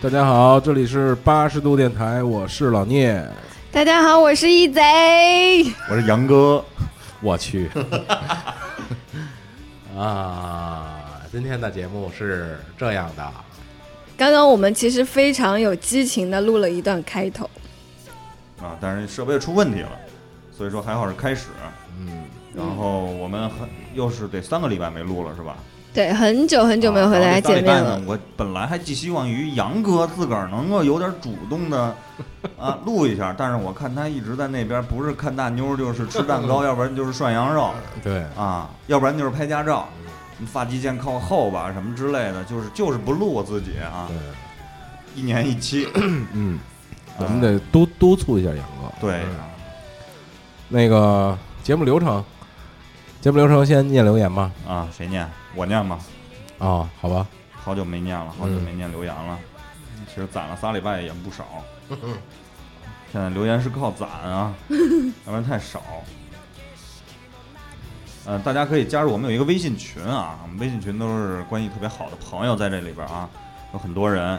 大家好，这里是八十度电台，我是老聂。大家好，我是一贼。我是杨哥，我 去，啊，今天的节目是这样的，刚刚我们其实非常有激情的录了一段开头，啊，但是设备出问题了，所以说还好是开始，嗯，然后我们很又是得三个礼拜没录了是吧？对，很久很久没有和大家见面啊然后这三个了礼拜。呢我本来还寄希望于杨哥自个儿能够有点主动的 啊录一下，但是我看他一直在那边，不是看大妞就是吃 蛋糕，要不然就是涮羊肉对，啊，要不然就是拍家照。嗯发际线靠后吧，什么之类的，就是就是不录我自己啊，对，一年一 期，嗯，我们啊得督督促一下杨哥。对那个节目流程，节目流程先念留言吧。啊，谁念？我念吗？啊、好吧，好久没念嗯了，好久没念留言了。其实攒了仨礼拜也不少。嗯现在留言是靠攒啊， 要不然太少。呃，大家可以加入我们有一个微信群啊，我们微信群都是关系特别好的朋友在这里边啊，有很多人，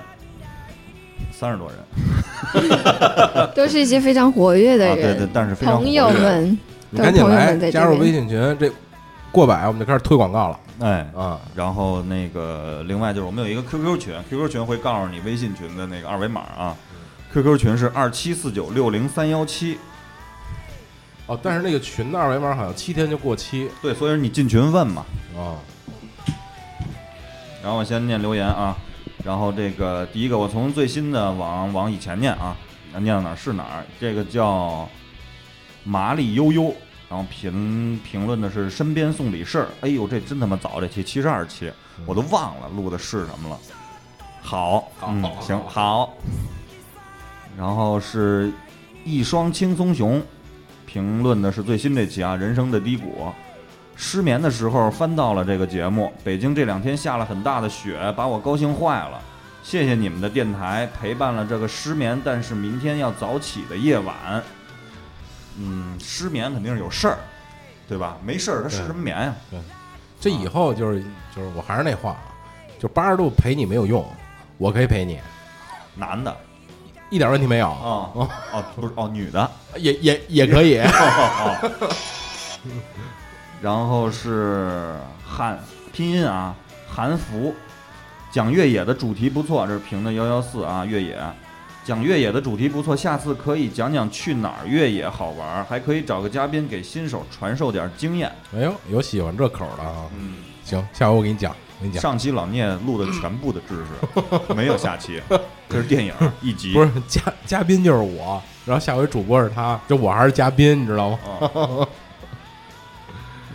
三十多人都是一些非常活跃的啊，对人，对，但是非常朋友们，你赶紧都是朋友来们在这加入边微信群，这过百我们就开始推广告了活跃哎，啊。然后那个，另外就是我们有一个 QQ 群，QQ 群会告诉你微信群的那个二维码啊。QQ 嗯群是二七四九六零三幺七，哦，但是那个群的二维码好像七天就过期对，所以说你进群问嘛。啊。然后我先念留言啊，然后这个第一个我从最新的往往以前念啊，念到哪儿是哪儿。这个叫麻利悠悠，然后评评论的是身边送礼事儿。哎呦，这真他妈早，这期七十二期我都忘了录的是什么了。嗯好，嗯，行好。然后是一双轻松熊，评论的是最新这期啊，人生的低谷。失眠的时候翻到了这个节目。北京这两天下了很大的雪，把我高兴坏了。谢谢你们的电台陪伴了这个失眠，但是明天要早起的夜晚。嗯，失眠肯定是有事儿，对吧？没事儿他失什么眠呀、这以后就是就是我还是那话，啊，就八十度陪你没有用，我可以陪你，男的一点问题没有，哦哦哦不是哦女的。也也也可 以。然后是韩拼音啊，韩服，讲越野的主题不错，这是评的幺幺四啊，越野，讲越野的主题不错，下次可以讲讲去哪儿越野好玩儿，还可以找个嘉宾给新手传授点经验。哎呦，有喜欢这口的啊！嗯，行，下回我给你讲，我给你讲。上期老聂录的全部的知识，没有下期，这是电影一集，不是嘉嘉宾就是我，然后下回主播是他，就我还是嘉宾，你知道吗？哦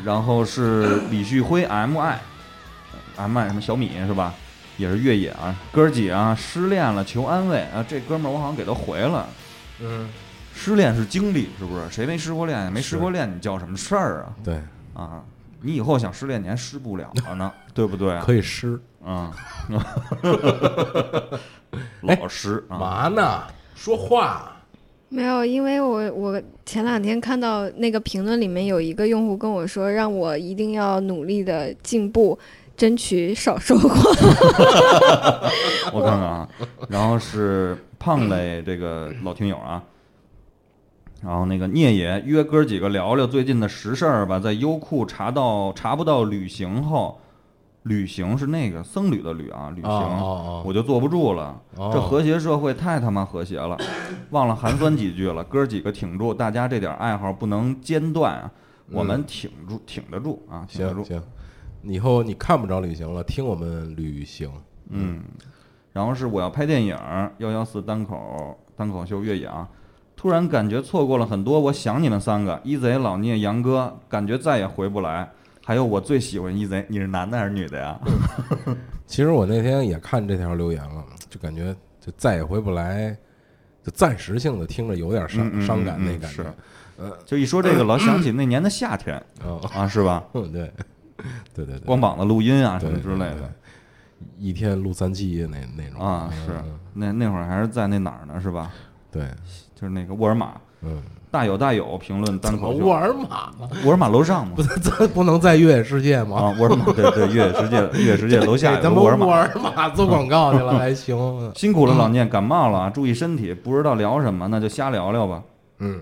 然后是李旭辉 M I M I 什么小米是吧？也是越野啊，哥儿几啊，失恋了求安慰啊，这哥们儿我好像给他回了。嗯，失恋是经历，是不是？谁没失过恋呀？没失过恋，你叫什么事儿啊？对，啊，你以后想失恋，你还失不了了呢，对不对？可以湿嗯， 哎老师啊，嘛呢？说话没有，因为我我前两天看到那个评论里面有一个用户跟我说，让我一定要努力的进步，争取少说话。我看看啊，然后是胖磊这个老听友啊，然后那个聂野约哥几个聊聊最近的实事儿吧，在优酷查到查不到旅行后，旅行是那个僧侣的旅啊，旅哦行，哦哦我就坐不住了，哦这和谐社会太他妈和谐 了，忘了寒酸几句了，哥几个挺住，大家这点爱好不能间断啊，我们挺住，挺得住啊，挺得嗯行住。行，以后你看不着旅行了，听我们旅行。嗯，然后是我要拍电影，幺幺四单口单口秀越野啊。突然感觉错过了很多，我想你们三个，一贼、老聂、杨哥，感觉再也回不来。还有我最喜欢一贼，你是男的还是女的呀？其实我那天也看这条留言了，就感觉就再也回不来，就暂时性的听着有点伤、嗯嗯伤感那感觉是。就一说这个，老想起那年的夏天嗯、啊，是吧？嗯， 对，对对对，光膀子录音啊，什对么之类对对的一天录三期那那种啊，嗯是那那会儿还是在那哪儿呢，是吧？对，就是那个沃尔玛，嗯，大有大有评论单口秀，沃尔玛，沃尔玛楼上嘛不，咱 不能在越野世界吗？啊，沃尔玛对对，越野世界越野世界楼下给咱有个们嗯沃尔玛沃，尔玛做广告去了，还行。辛苦了老聂，感冒了啊，注意身体，不知道聊什么，那就瞎聊聊吧。嗯，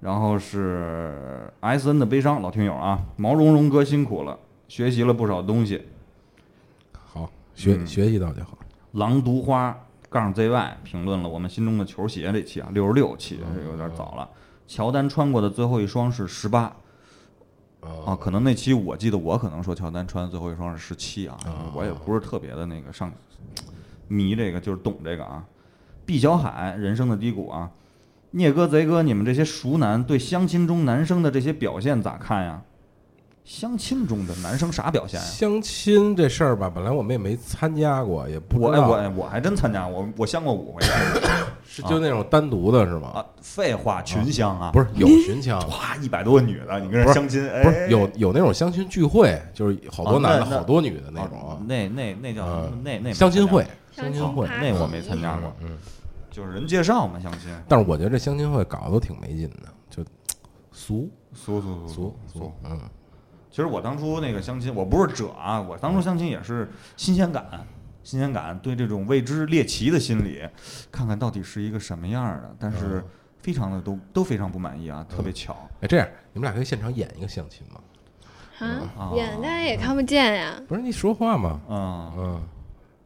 然后是 S N 的悲伤老听友啊，毛茸茸哥辛苦了，学习了不少东西。好，学、嗯学习到就好。狼毒花杠 ZY 评论了我们心中的球鞋这期啊，六十六期这有点早了。乔丹穿过的最后一双是十八哦啊，可能那期我记得我可能说乔丹穿的最后一双是十七啊，哦我也不是特别的那个上迷这个，就是懂这个啊。毕小海人生的低谷啊，聂哥贼哥，你们这些熟男对相亲中男生的这些表现咋看呀？相亲中的男生啥表现呀？相亲这事儿吧，本来我们也没参加过，也不我知哎道，我哎我还真参加过，我我相过 五回。是就那种单独的是吗？啊，废话，群香啊，不是，是有寻枪，哇，一百多个女的，你跟不人是相亲， 哎不是有有那种相亲聚会，就是好多啊那男的，那好多女的那哦种啊那那那叫什么嗯？那那没相亲会，参加相亲会。相亲那我没参加过，嗯，就是人介绍嘛，相亲，但是我觉得这相亲会搞得都挺没劲的，就俗俗俗俗俗，嗯，其实我当初那个相亲，我不是者啊，我当初相亲也是新鲜感，新鲜感对这种未知猎奇的心理，看看到底是一个什么样儿的，但嗯是非常的都都非常不满意啊，特别巧哎，这样你们俩可以现场演一个相亲吗？啊啊，演大家也看不见呀。不是你说话吗？嗯嗯，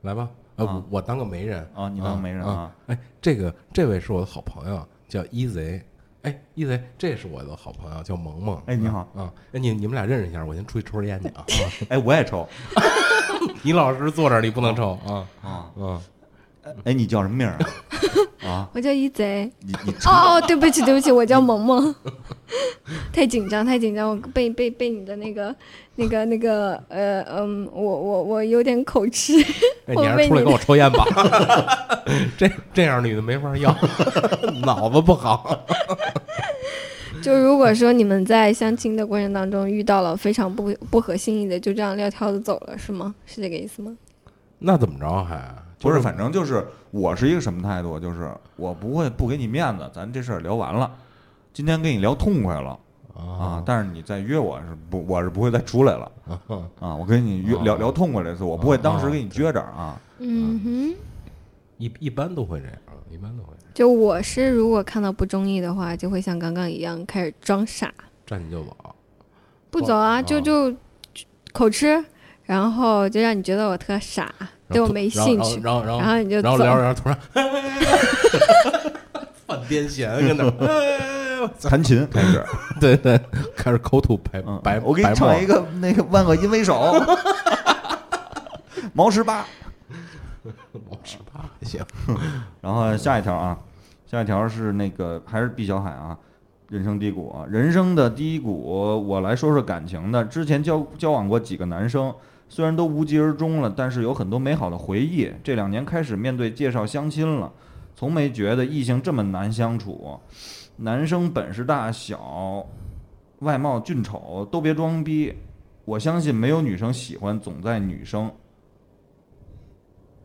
来吧，呃，啊我我当个媒人啊你当媒人啊？哎，这个这位是我的好朋友，叫一贼。哎，一贼，这是我的好朋友，叫萌萌。哎你好啊，哎你你们俩认识一下，我先出去抽根烟去啊。 哎，我也抽你老是坐这儿，你不能抽啊。啊，嗯，哎，你叫什么名儿 啊？啊，我叫一贼。你你哦，对不起，对不起，我叫萌萌。 太紧张，太紧张，我被被被你的那个、那个、那个，呃，嗯，我我我有点口吃。 哎，我你还为是出来你跟我抽烟 吧。 这这样女的没法要，脑子不好。就如果说你们在相亲的过程当中遇到了非常不不合心意的，就这样撂挑子走了，是吗？是这个意思吗？那怎么着还？不是，反正就是我是一个什么态度，就是我不会不给你面子，咱这事儿聊完了，今天跟你聊痛快了啊，但是你再约我是不，我是不会再出来了啊，啊，我跟你约哦聊聊痛快这次，我不会当时给你撅着啊，嗯哼。一一般都会这样，一般都会就我是，如果看到不中意的话，就会像刚刚一样开始装傻，站起就走。不走啊，哦就就口吃，然后就让你觉得我特傻，对我没兴趣，然后然后然后你就然后走聊着聊着突然， 犯癫痫跟那 儿， 弹琴开始，对对，开始口吐白嗯，白我给你唱一个，个那个万恶淫为首， 毛十八，我吃吧行，然后下一条啊，下一条是那个还是毕小海啊，人生低谷啊，人生的低谷，我来说说感情的。之前交交往过几个男生，虽然都无疾而终了，但是有很多美好的回忆。这两年开始面对介绍相亲了，从没觉得异性这么难相处。男生本事大小，外貌俊丑，都别装逼。我相信没有女生喜欢总在女生，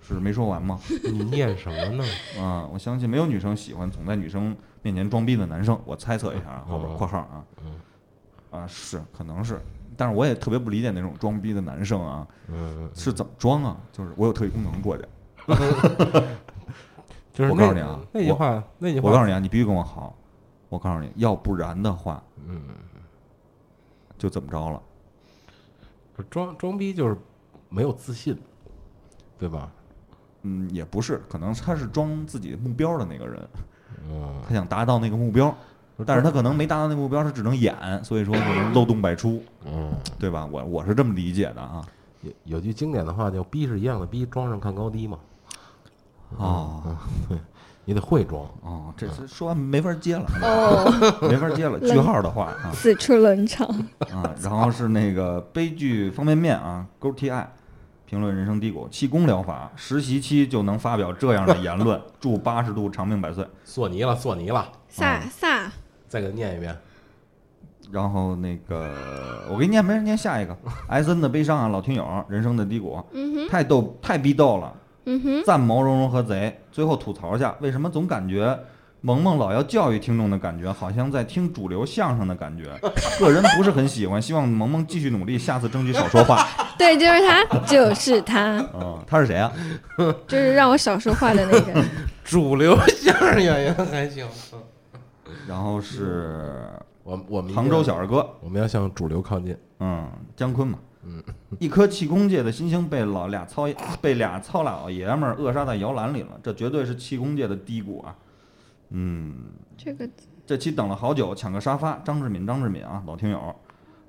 是没说完吗？你念什么呢？啊，我相信没有女生喜欢总在女生面前装逼的男生，我猜测一下啊，后边嗯括号啊，啊是可能是，但是我也特别不理解那种装逼的男生啊，嗯，是怎么装啊？就是我有特异功能过去，就是我告诉你啊那句话那句我告诉话，你啊，你必须跟我好，我告诉你，要不然的话，嗯，就怎么着了？装装逼就是没有自信，对吧？嗯，也不是，可能他是装自己目标的那个人，嗯，他想达到那个目标，但嗯是他可能没达到那个目标，他只能演，所以说就是漏洞百出，嗯，对吧？我我是这么理解的啊。有有句经典的话叫“逼是一样的逼，装上看高低”嘛，哦，你得会装。哦，这这说完没法接 了，哦，没法接了，句号的话啊此处冷场。啊，然后是那个悲剧方便面啊勾 T I 评论人生低谷，气功疗法，实习期就能发表这样的言论，祝八十度长命百岁。索尼了，索尼了，飒飒，再给他念一遍。然后那个我给你念，没人念下一个，艾森的悲伤啊，老听友，人生的低谷，嗯哼，太逗，太逼逗了，嗯哼，赞毛茸茸和贼，最后吐槽一下，为什么总感觉萌萌老要教育听众的感觉，好像在听主流相声的感觉，个人不是很喜欢，希望萌萌继续努力，下次争取少说话。对，就是他，就是他，嗯，他是谁啊？就是让我少说话的那个。主流相声演员还行。嗯然后是我我嗯们一定杭州小，二哥，我们要向主流靠近。嗯，姜昆嘛，嗯，一颗气功界的新星被老俩糙被俩糙老爷们儿扼杀在摇篮里了，这绝对是气功界的低谷啊。嗯，这个这期等了好久，抢个沙发。张志敏，张志敏啊，老听友，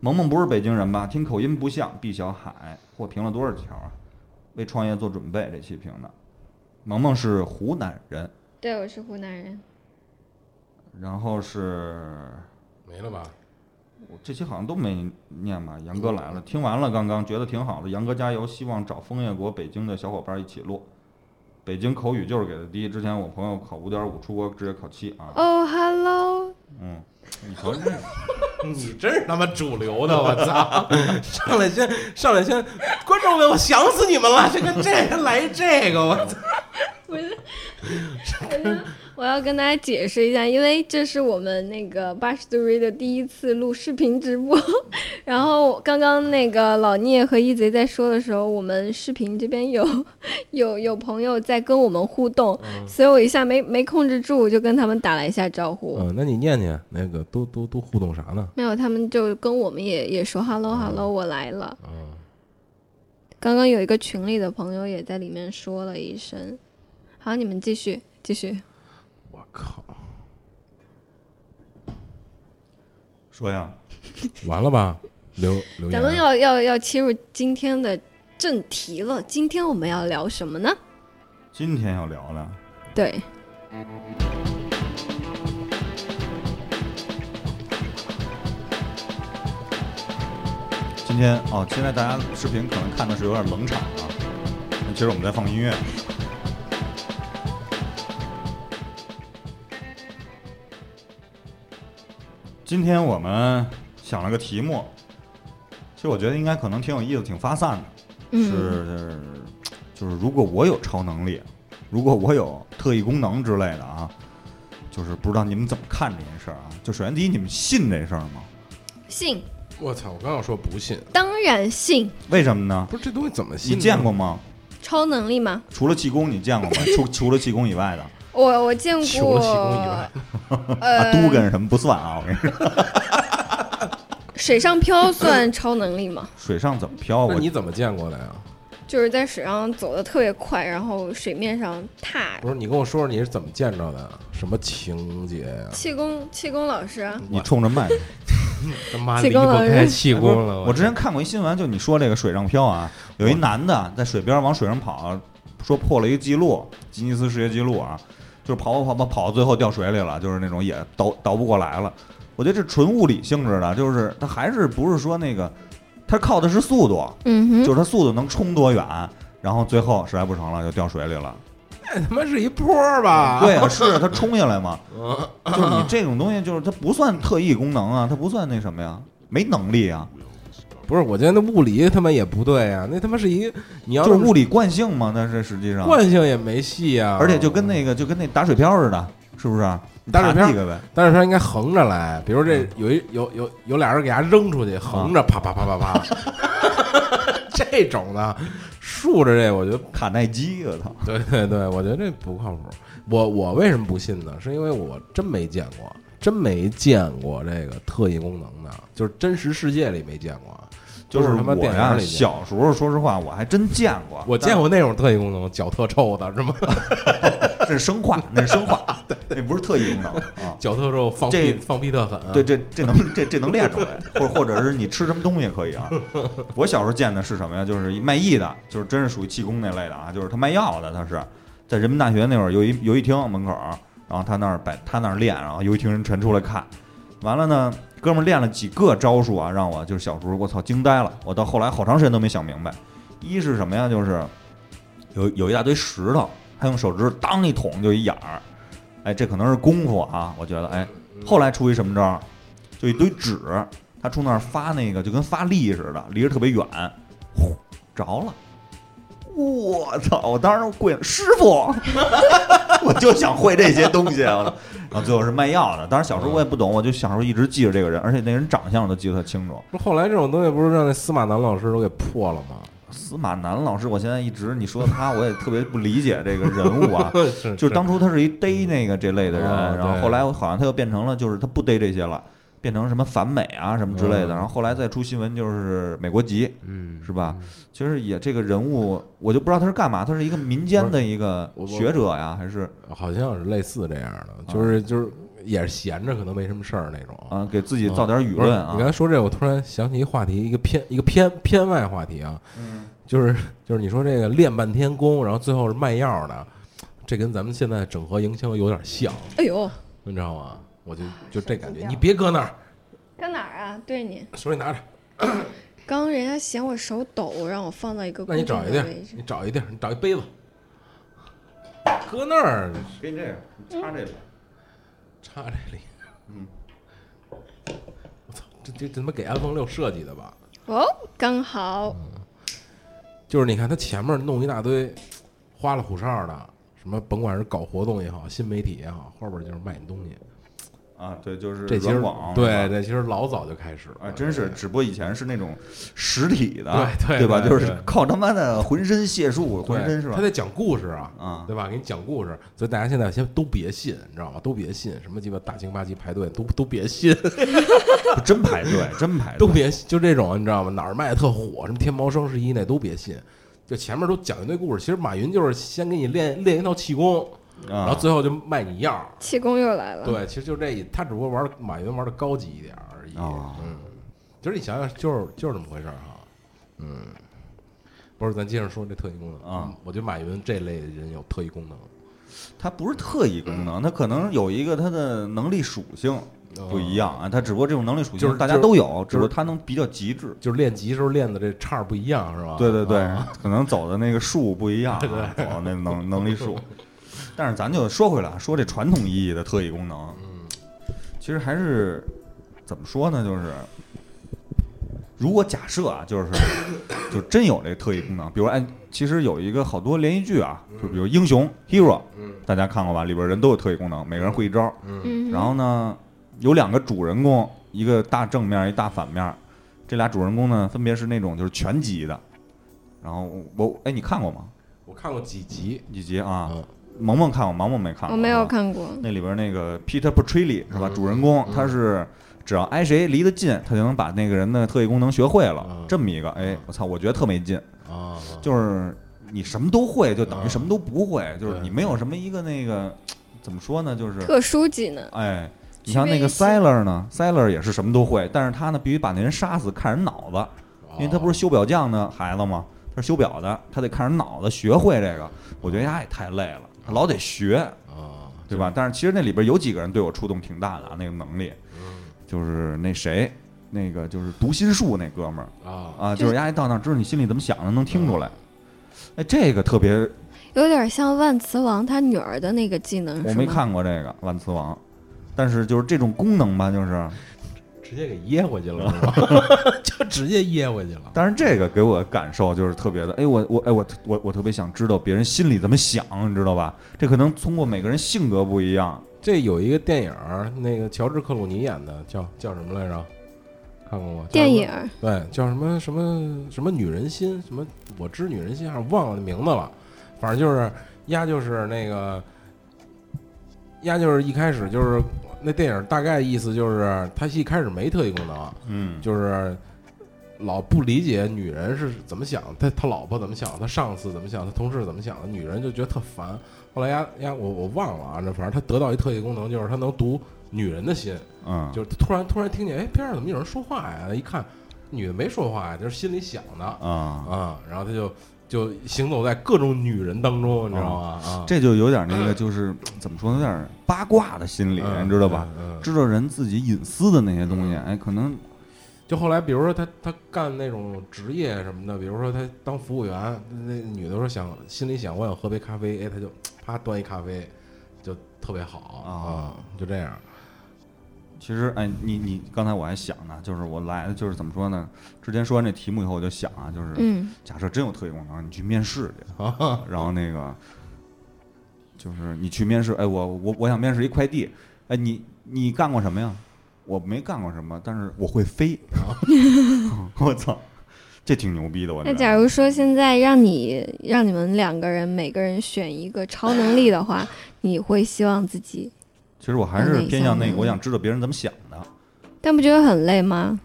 萌萌不是北京人吧？听口音不像。毕小海，嚯，评了多少条啊？为创业做准备，这期评的。萌萌是湖南人，对我是湖南人，然后是没了吧？我这期好像都没念吧？杨哥来了，听完了刚刚，觉得挺好的。杨哥加油，希望找枫叶国北京的小伙伴一起录。北京口语就是给的低，之前我朋友考五点五，出国直接考七啊。哦、h e l l o 嗯，你瞧这，你真是他妈主流的，我 操！上来先上来先，观众们，我想死你们了！这个这个来这个，我操！不是，我要跟大家解释一下，因为这是我们那个八十 three 的第一次录视频直播。 然后刚刚那个老聂和一贼在说的时候，我们视频这边有有有朋友在跟我们互动，所以我一下没没控制住，就跟他们打了一下招呼。嗯，那你念念那个都都都互动啥呢？没有，他们就跟我们也也说 “hello hello”，我来了。嗯，刚刚有一个群里的朋友也在里面说了一声。好，你们继续继续。我靠，说呀，完了吧？留留言咱啊，们要要要切入今天的正题了。今天我们要聊什么呢？今天要聊聊。嗯对，今天哦，现在大家视频可能看的是有点冷场啊，那其实我们在放音乐。今天我们想了个题目，其实我觉得应该可能挺有意思、挺发散的，嗯是就是如果我有超能力，如果我有特异功能之类的啊，就是不知道你们怎么看这件事儿啊？就首先第一，你们信这事儿吗？信，我操！我刚要说不信，当然信，为什么呢？不是这东西怎么信？你见过？吗？超能力吗？除了气功，你见过吗？除除了气功以外的，我我见除过了气功以外，啊，呃，都跟什么不算啊！我跟你说，水上漂算超能力吗？ 水上怎么啊漂？那我你怎么见过的呀？就是在水上走的特别快，然后水面上踏。不是你跟我说说你是怎么见着的？什么情节呀？气功气功老师啊，你冲着麦，他妈气离功不老师开气功了。我之前看过一新闻，就你说这个水上漂啊，有一男的在水边往水上跑，说破了一记录，吉尼斯世界纪录啊，就是跑跑跑跑跑到最后掉水里了，就是那种也倒倒不过来了。我觉得这纯物理性质的，就是他还是不是说那个，他靠的是速度，嗯哼，就是他速度能冲多远，然后最后实在不成了就掉水里了。那他妈是一波儿吧？对 啊，是他冲下来嘛，嗯就是你这种东西，就是它不算特异功能啊，它不算那什么呀，没能力啊，不是，我觉得那物理他妈也不对呀、那他妈是一你要就是物理惯性嘛，那是实际上，惯性也没戏啊呀、而且就跟那个就跟那打水漂似的，是不是？打水漂你弹几个呗，但是它应该横着来，比如嗯这有一有有有俩人给它扔出去，横着啪啪啪啪啪， 这种的竖着这，我觉得卡耐基，我操， 对对对，我觉得这不靠谱。我我为什么不信呢？是因为我真没见过，真没见过这个特异功能的，就是真实世界里没见过，啊就是都他妈我电影呀，里见。小时候说实话，我还真见过，我见过那种特异功能，脚特臭的 是吗？但是，这是生化，那是生化， 那不是特异功能啊。脚特臭，放这屁放屁特狠。啊对，这这能这这能练出来，或或者是你吃什么东西也可以啊。我小时候见的是什么呀？就是一卖艺的，就是真是属于气功那类的啊，就是他卖药的，他是在人民大学那会儿游艺游艺厅门口儿，然后他那儿摆他那儿练，然后游艺厅人全出来看，完了呢，哥们儿练了几个招数啊，让我就是小时候我操惊呆了，我到后来好长时间都没想明白，一是什么呀？就是有有一大堆石头，他用手指当一捅就一眼儿，哎，这可能是功夫啊，我觉得哎。后来出一什么招儿？就一堆纸，他冲那儿发那个就跟发力似的，离着特别远，呼着了，我操！我当时跪了，师傅， 我就想会这些东西啊。 然后最后是卖药的，当时小时候我也不懂，我就小时候一直记着这个人，而且那人长相我都记得特清楚。不是后来这种东西不是让那司马南老师都给破了吗？司马南老师，我现在一直你说他，我也特别不理解这个人物啊。 是嗯就是当初他是一逮那个这类的人，哦然后对后来好像他又变成了，就是他不逮这些了，变成什么反美啊什么之类的。嗯然后后来再出新闻就是美国籍，嗯是吧？其实也这个人物，我就不知道他是干嘛，他是一个民间的一个我学者呀，还是好像是类似这样的，就是就是也是闲着，可能没什么事儿那种。啊给自己造点舆不是论你刚啊？才说这，我突然想起一话题，一个偏一个偏偏外话题啊，嗯，就是就是你说这个练半天功，然后最后是卖药的，这跟咱们现在整合营销有点像，哎呦，你知道吗？我就就这感觉，啊神经病你别搁那儿，搁哪儿啊？对你，手里拿着，刚人家嫌我手抖，让我放到一个那固你定找的一地儿位置，。你找一地儿，你找一杯子，搁那儿给你这个，你插这个。插这里，嗯，我操，这这这他妈给 iPhone 六设计的吧？哦，刚好，嗯就是你看他前面弄一大堆花里胡哨的，什么甭管是搞活动也好，新媒体也好，后边就是卖你东西。啊，对，就是这其实软广，对，这其实老早就开始了，啊，真是，只不过以前是那种实体的，对对吧？对就是对靠他妈的浑身解数，对浑身是吧他？得讲故事啊，啊对吧？给你讲故事，所以大家现在先都别信，你知道吗？都别信什么鸡巴大清八级排队，都都别信，不真排队，真排都队。别信就这种，你知道吗？哪儿卖的特火，什么天猫双十一那都别信。就前面都讲一堆故事，其实马云就是先给你练练一套气功，然后啊，最后就卖你药。气功又来了。对，其实就这一，他只不过玩马云玩的高级一点而已。哦嗯，就是你想想，就是就是这么回事儿哈。嗯，不是，咱接着说这特异功能啊嗯我觉得马云这类人有特异功能，它不是特异功能，它可能有一个它的能力属性不一样啊。它只不过这种能力属哦就性是大家都有，只不过它能比较极致。就是练级时候练的这叉儿不一样是吧？对对对啊，可能走的那个数不 一样啊，走的那能能力数。但是咱就说回来，啊说这传统意义的特异功能，嗯其实还是怎么说呢？就是如果假设啊，就是就真有这特异功能，比如哎，其实有一个好多连续剧啊，就比如英雄 hero，嗯大家看过吧？里边人都有特异功能，每个人会一招。嗯嗯哼，然后呢，有两个主人公，一个大正面，一大反面。这俩主人公呢，分别是那种就是拳击的。然后我哎，你看过吗？我看过几集几集啊？嗯萌萌看过，萌萌没看过。我没有是吧。看过，那里边那个 Peter Petrilli 是吧？嗯主人公嗯他是只要挨谁离得近，他就能把那个人的特异功能学会了嗯。这么一个哎嗯，我操，我觉得特没劲。啊，就是你什么都会，就等于嗯什么都不会，就是对你没有什么一个那个怎么说呢？就是特殊技能。哎，区你像别那个于其 Sailor 呢，Sailor 也是什么都会，但是他呢必须把那人杀死，看人脑子，哦因为他啊不是修表匠的孩子吗？他是修表的，他得看人脑子学会这个。我觉得他也太累了，他老得学，啊，对吧？但是其实那里边有几个人对我触动挺大的啊，那个能力，就是那谁，那个就是读心术那哥们儿啊，啊，就就是丫一到那儿知道你心里怎么想的，能听出来。哎，这个特别，有点像万磁王他女儿的那个技能，我是没吗。看过这个万磁王，但是就是这种功能吧，就是。直接给噎回去了是吧？ 就直接噎回去了。但是这个给我感受就是特别的，哎，我我哎我我我特别想知道别人心里怎么想，你知道吧？这可能通过每个人性格不一样，这有一个电影儿，那个乔治克鲁尼演的，叫叫什么来着？看过吗？叫电什么影儿对，叫什么什么什么女人心，什么我知女人心，还是忘了名字了。反正就是丫就是那个，丫就是一开始就是那电影大概意思就是，他一开始没特异功能，嗯就是老不理解女人是怎么想，他他老婆怎么想，他上司怎么想，他同事怎么想的，女人就觉得特烦。后来丫丫我我忘了啊，这反正他得到一特异功能，就是他能读女人的心。嗯，就是突然突然听见，哎，边上怎么有人说话呀？一看，女的没说话呀，就是心里想的啊，啊。然后他就就行走在各种女人当中，你知道吗？啊，哦这就有点那个就是怎么说，有点八卦的心理，嗯你知道吧？？嗯，嗯知道人自己隐私的那些东西，哎，可能就后来，比如说他他干那种职业什么的，比如说他当服务员，那女的说想心里想我想喝杯咖啡，哎，他就啪端一咖啡，就特别好啊啊，就这样。其实，哎，你你刚才我还想呢，就是我来，就是怎么说呢？之前说完这题目以后，我就想啊，就是嗯假设真有特异功能，你去面试去，啊，然后那个就是你去面试，哎，我我我想面试一快递，哎，你你干过什么呀？我没干过什么，但是我会飞。我操，这挺牛逼的，我觉那得。假如说现在让你让你们两个人每个人选一个超能力的话，你会希望自己，其实我还是偏向那嗯个，我想知道别人怎么想的。但不觉得很累吗？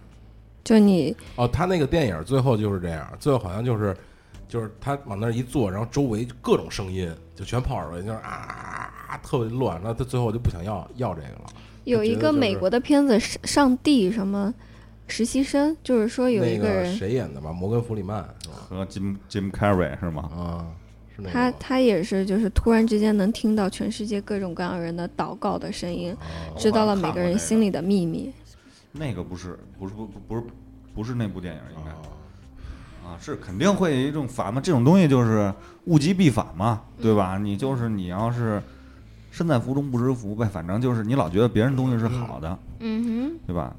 就你哦，他那个电影最后就是这样，最后好像就是就是他往那儿一坐，然后周围各种声音就全跑耳朵，就是啊，特别乱。那他最后就不想要要这个了。有一个美国的片子《上上帝》什么实习生，就是说有那一个个人，谁演的吧？摩根弗里曼是吧？和 Jim Jim Carrey 是吗？啊，是那他个吧。他也是就是突然之间能听到全世界各种各样人的祷告的声音，哦知道了每个人心里的秘密。那个不是，不是不不不是不是那部电影，应该、哦啊是肯定会有一种反嘛，这种东西就是物极必反嘛，嗯对吧？你就是你要是身在福中不知福呗，反正就是你老觉得别人东西是好的，嗯对吧？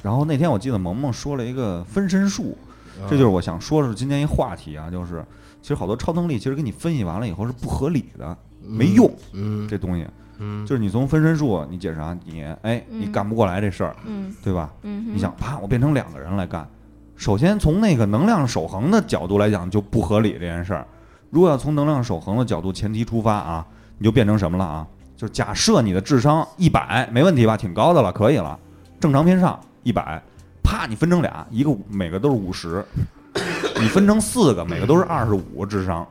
然后那天我记得萌萌说了一个分身术，嗯这就是我想说的今天一话题啊，就是其实好多超能力其实给你分析完了以后是不合理的，没用，嗯这东西嗯，就是你从分身术你解释啊，你哎你嗯干不过来这事儿，哼，嗯对吧？嗯哼，你想，啪，我变成两个人来干。首先从那个能量守恒的角度来讲就不合理这件事儿。如果要从能量守恒的角度前提出发啊，你就变成什么了啊？就是假设你的智商一百，没问题吧？挺高的了，可以了，正常偏上一百。啪，你分成俩，一个五每个都是五十，你分成四个，每个都是二十五智商。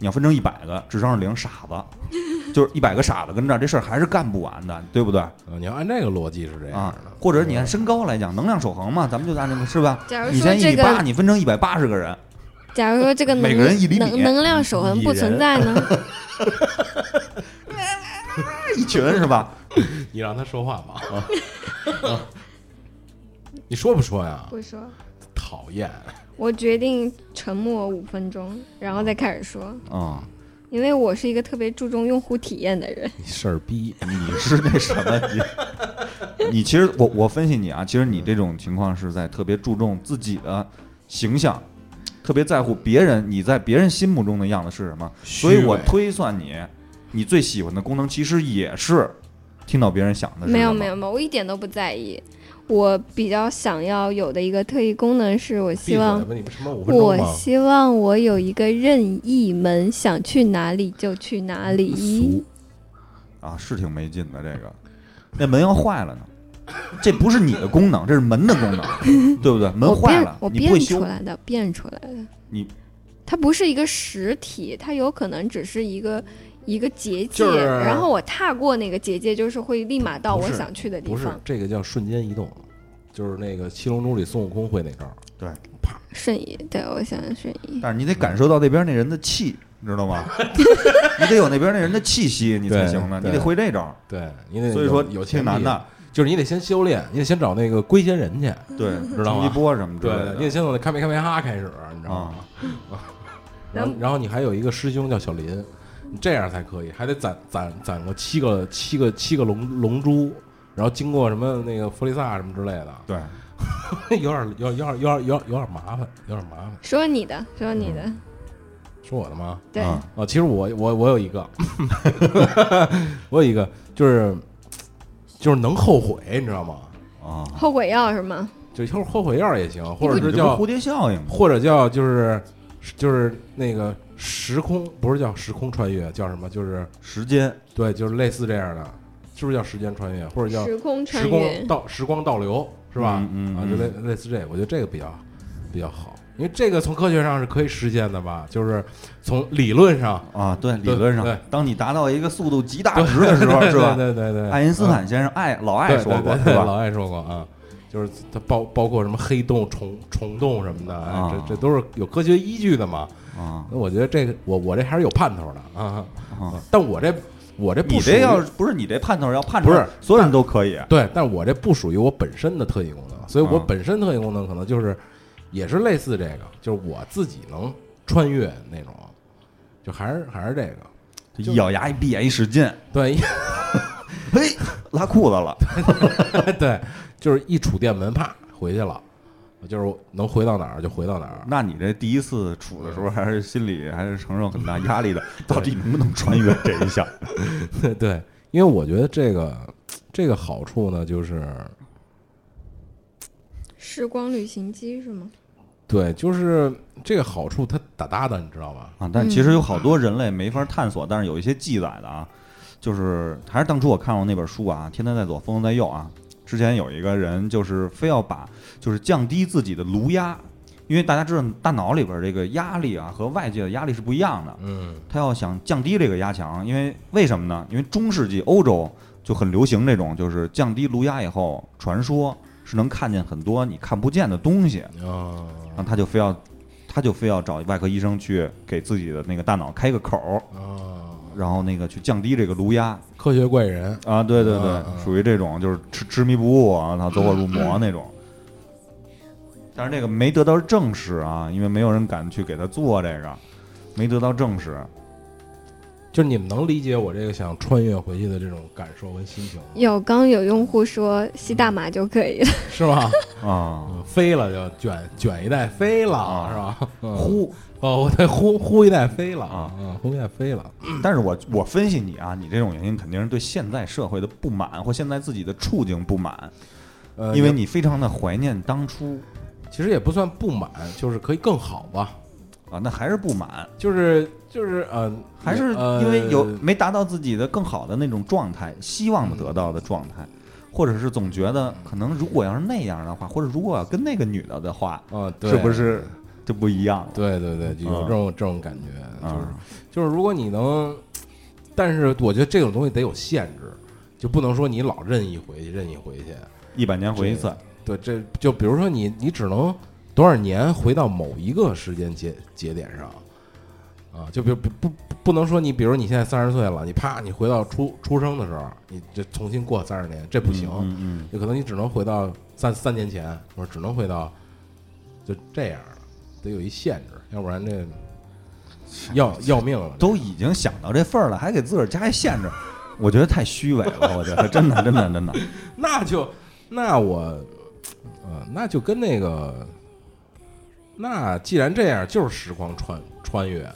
你要分成一百个，智商是零，傻子，就是一百个傻子跟这儿，这事儿还是干不完的，对不对？你要按这个逻辑是这样啊的，，或者你按身高来讲，能量守恒嘛，咱们就按这个是吧？假如你说先一这米八，个，你分成一百八十个人，假如说这个能每个人一厘米能能量守恒不存在 呢？一群是吧？你让他说话吧。啊你说不说呀？不说，讨厌，我决定沉默五分钟，然后再开始说，啊、因为我是一个特别注重用户体验的人。你事儿逼。你是那什 么？你你其实我我分析你啊，其实你这种情况是在特别注重自己的形象，特别在乎别人，你在别人心目中的样子是什么？所以我虚伪推算你，你最喜欢的功能其实也是听到别人想的是没有什么没有没有，我一点都不在意。我比较想要有的一个特异功能是，我闭希嘴望吧！你不是吗？五分钟我吗？希望我有一个任意门，想去哪里就去哪里。啊，是挺没劲的这个。那门要坏了呢？这不是你的功能，这是门的功能， 对不对？门我坏变了，我你不会变出修，来的，变出来的。你它不是一个实体，它有可能只是一个一个结界，就是然后我踏过那个结界，就是会立马到不我是想去的地不是方，，这个叫瞬间移动，就是那个《七龙珠》里孙悟空会那招。瞬移。对，我想瞬移。但是你得感受到那边那人的气，你知道吗？你得有那边那人的气息，你才对行呢。你对得会这招，对你得所以说有有挺前难提，的，就是你得先修炼，你得先找那个龟仙人去，对，知道吗冲击波什么之对类，的你得先从那开没开没哈开始，你知道吗？啊。然后然后你还有一个师兄叫小林，你这样才可以，还得攒攒攒过七个七个七个龙龙珠，然后经过什么那个弗利萨什么之类的， 对，有点有有点有点有点有点麻烦，有点麻烦。说你的，说你的，说我的吗？对，啊嗯啊，其实我我我有一个， 我有一个就是就是能后悔，你知道吗？啊，后悔药是吗？就后后悔药也行，或者你这是不叫蝴蝶效应吗？或者叫就是就是那个时空，不是叫时空穿越，叫什么？就是时间对，就是类似这样的，是不是叫时间穿越，或者叫时空时穿越光。倒时光倒流，是吧？嗯嗯啊，嗯就类类似这个，我觉得这个比较比较好，因为这个从科学上是可以实现的吧？就是从理论上，啊，对，理对论上对，当你达到一个速度极大值的时候，是吧？ 对对对对，爱因斯嗯坦先生爱老爱对说过，对是对吧？老爱说过啊，就是它包包括什么黑洞、虫虫洞什么的，哎啊这这都是有科学依据的嘛。啊，那我觉得这个我我这还是有盼头的啊啊，但我这我这你不属这于要是不是你这盼头要盼头，不是所有人都可以。对，但我这不属于我本身的特异功能，所以我啊本身特异功能可能就是也是类似这个，就是我自己能穿越那种，就还是还是这个。一咬牙一闭眼一使劲，对，嘿，拉裤子了，对，就是一触电门，啪回去了，就是能回到哪儿就回到哪儿。那你这第一次处的时候，还是心里还是承受很大压 力的，到底能不能穿越这一下？ 对，因为我觉得这个这个好处呢，就是时光旅行机是吗？对，就是这个好处它打搭的，你知道吧？啊，但其实有好多人类没法探索，但是有一些记载的啊，就是还是当初我看过那本书啊，《天才在左，风筝在右》啊。之前有一个人就是非要把就是降低自己的颅压，因为大家知道大脑里边这个压力啊和外界的压力是不一样的，嗯，他要想降低这个压强，因为为什么呢？因为中世纪欧洲就很流行这种就是降低颅压以后，传说是能看见很多你看不见的东西。哦，然后他就非要，他就非要找外科医生去给自己的那个大脑开个口儿，哦，然后那个去降低这个颅压科学怪人，啊，对对啊啊对，属于这种就是痴痴迷不悟啊，然后走火入魔那种。但是这个没得到证实啊，因为没有人敢去给他做这个，没得到证实。就是你们能理解我这个想穿越回去的这种感受跟心情吗有刚有用户说吸大麻就可以了， 是吧？啊，嗯飞了就卷卷一代飞了，啊是吧？嗯呼！哦，我得呼呼一代飞了啊，嗯呼一代飞了，但是我我分析你啊，你这种原因肯定是对现在社会的不满或现在自己的处境不满，呃，因为也你非常的怀念当初其实也不算不满，就是可以更好吧，啊，那还是不满。就是就是呃，还是呃因为有没达到自己的更好的那种状态，希望得到的状态，或者是总觉得可能如果要是那样的话，或者如果要跟那个女的的话，啊，对是不？是就不一样了？对对对，有这种这种感觉，就是啊，就是如果你能，但是我觉得这种东西得有限制，就不能说你老任意回去，任意回去。一百年回一次，对，这就比如说你，你只能多少年回到某一个时间节节点上，啊，就比如不不不能说你，比如你现在三十岁了，你啪你回到出出生的时候，你这重新过三十年，这不行，嗯嗯有可能你只能回到三三年前，或者只能回到就这样了，得有一限制，要不然这要要命了嗯，。都已经想到这份儿了，还给自个儿加一限制，我觉得太虚伪了，我觉得真的真的真的， 那就那我，呃，那就跟那个，那既然这样，就是时光穿穿越，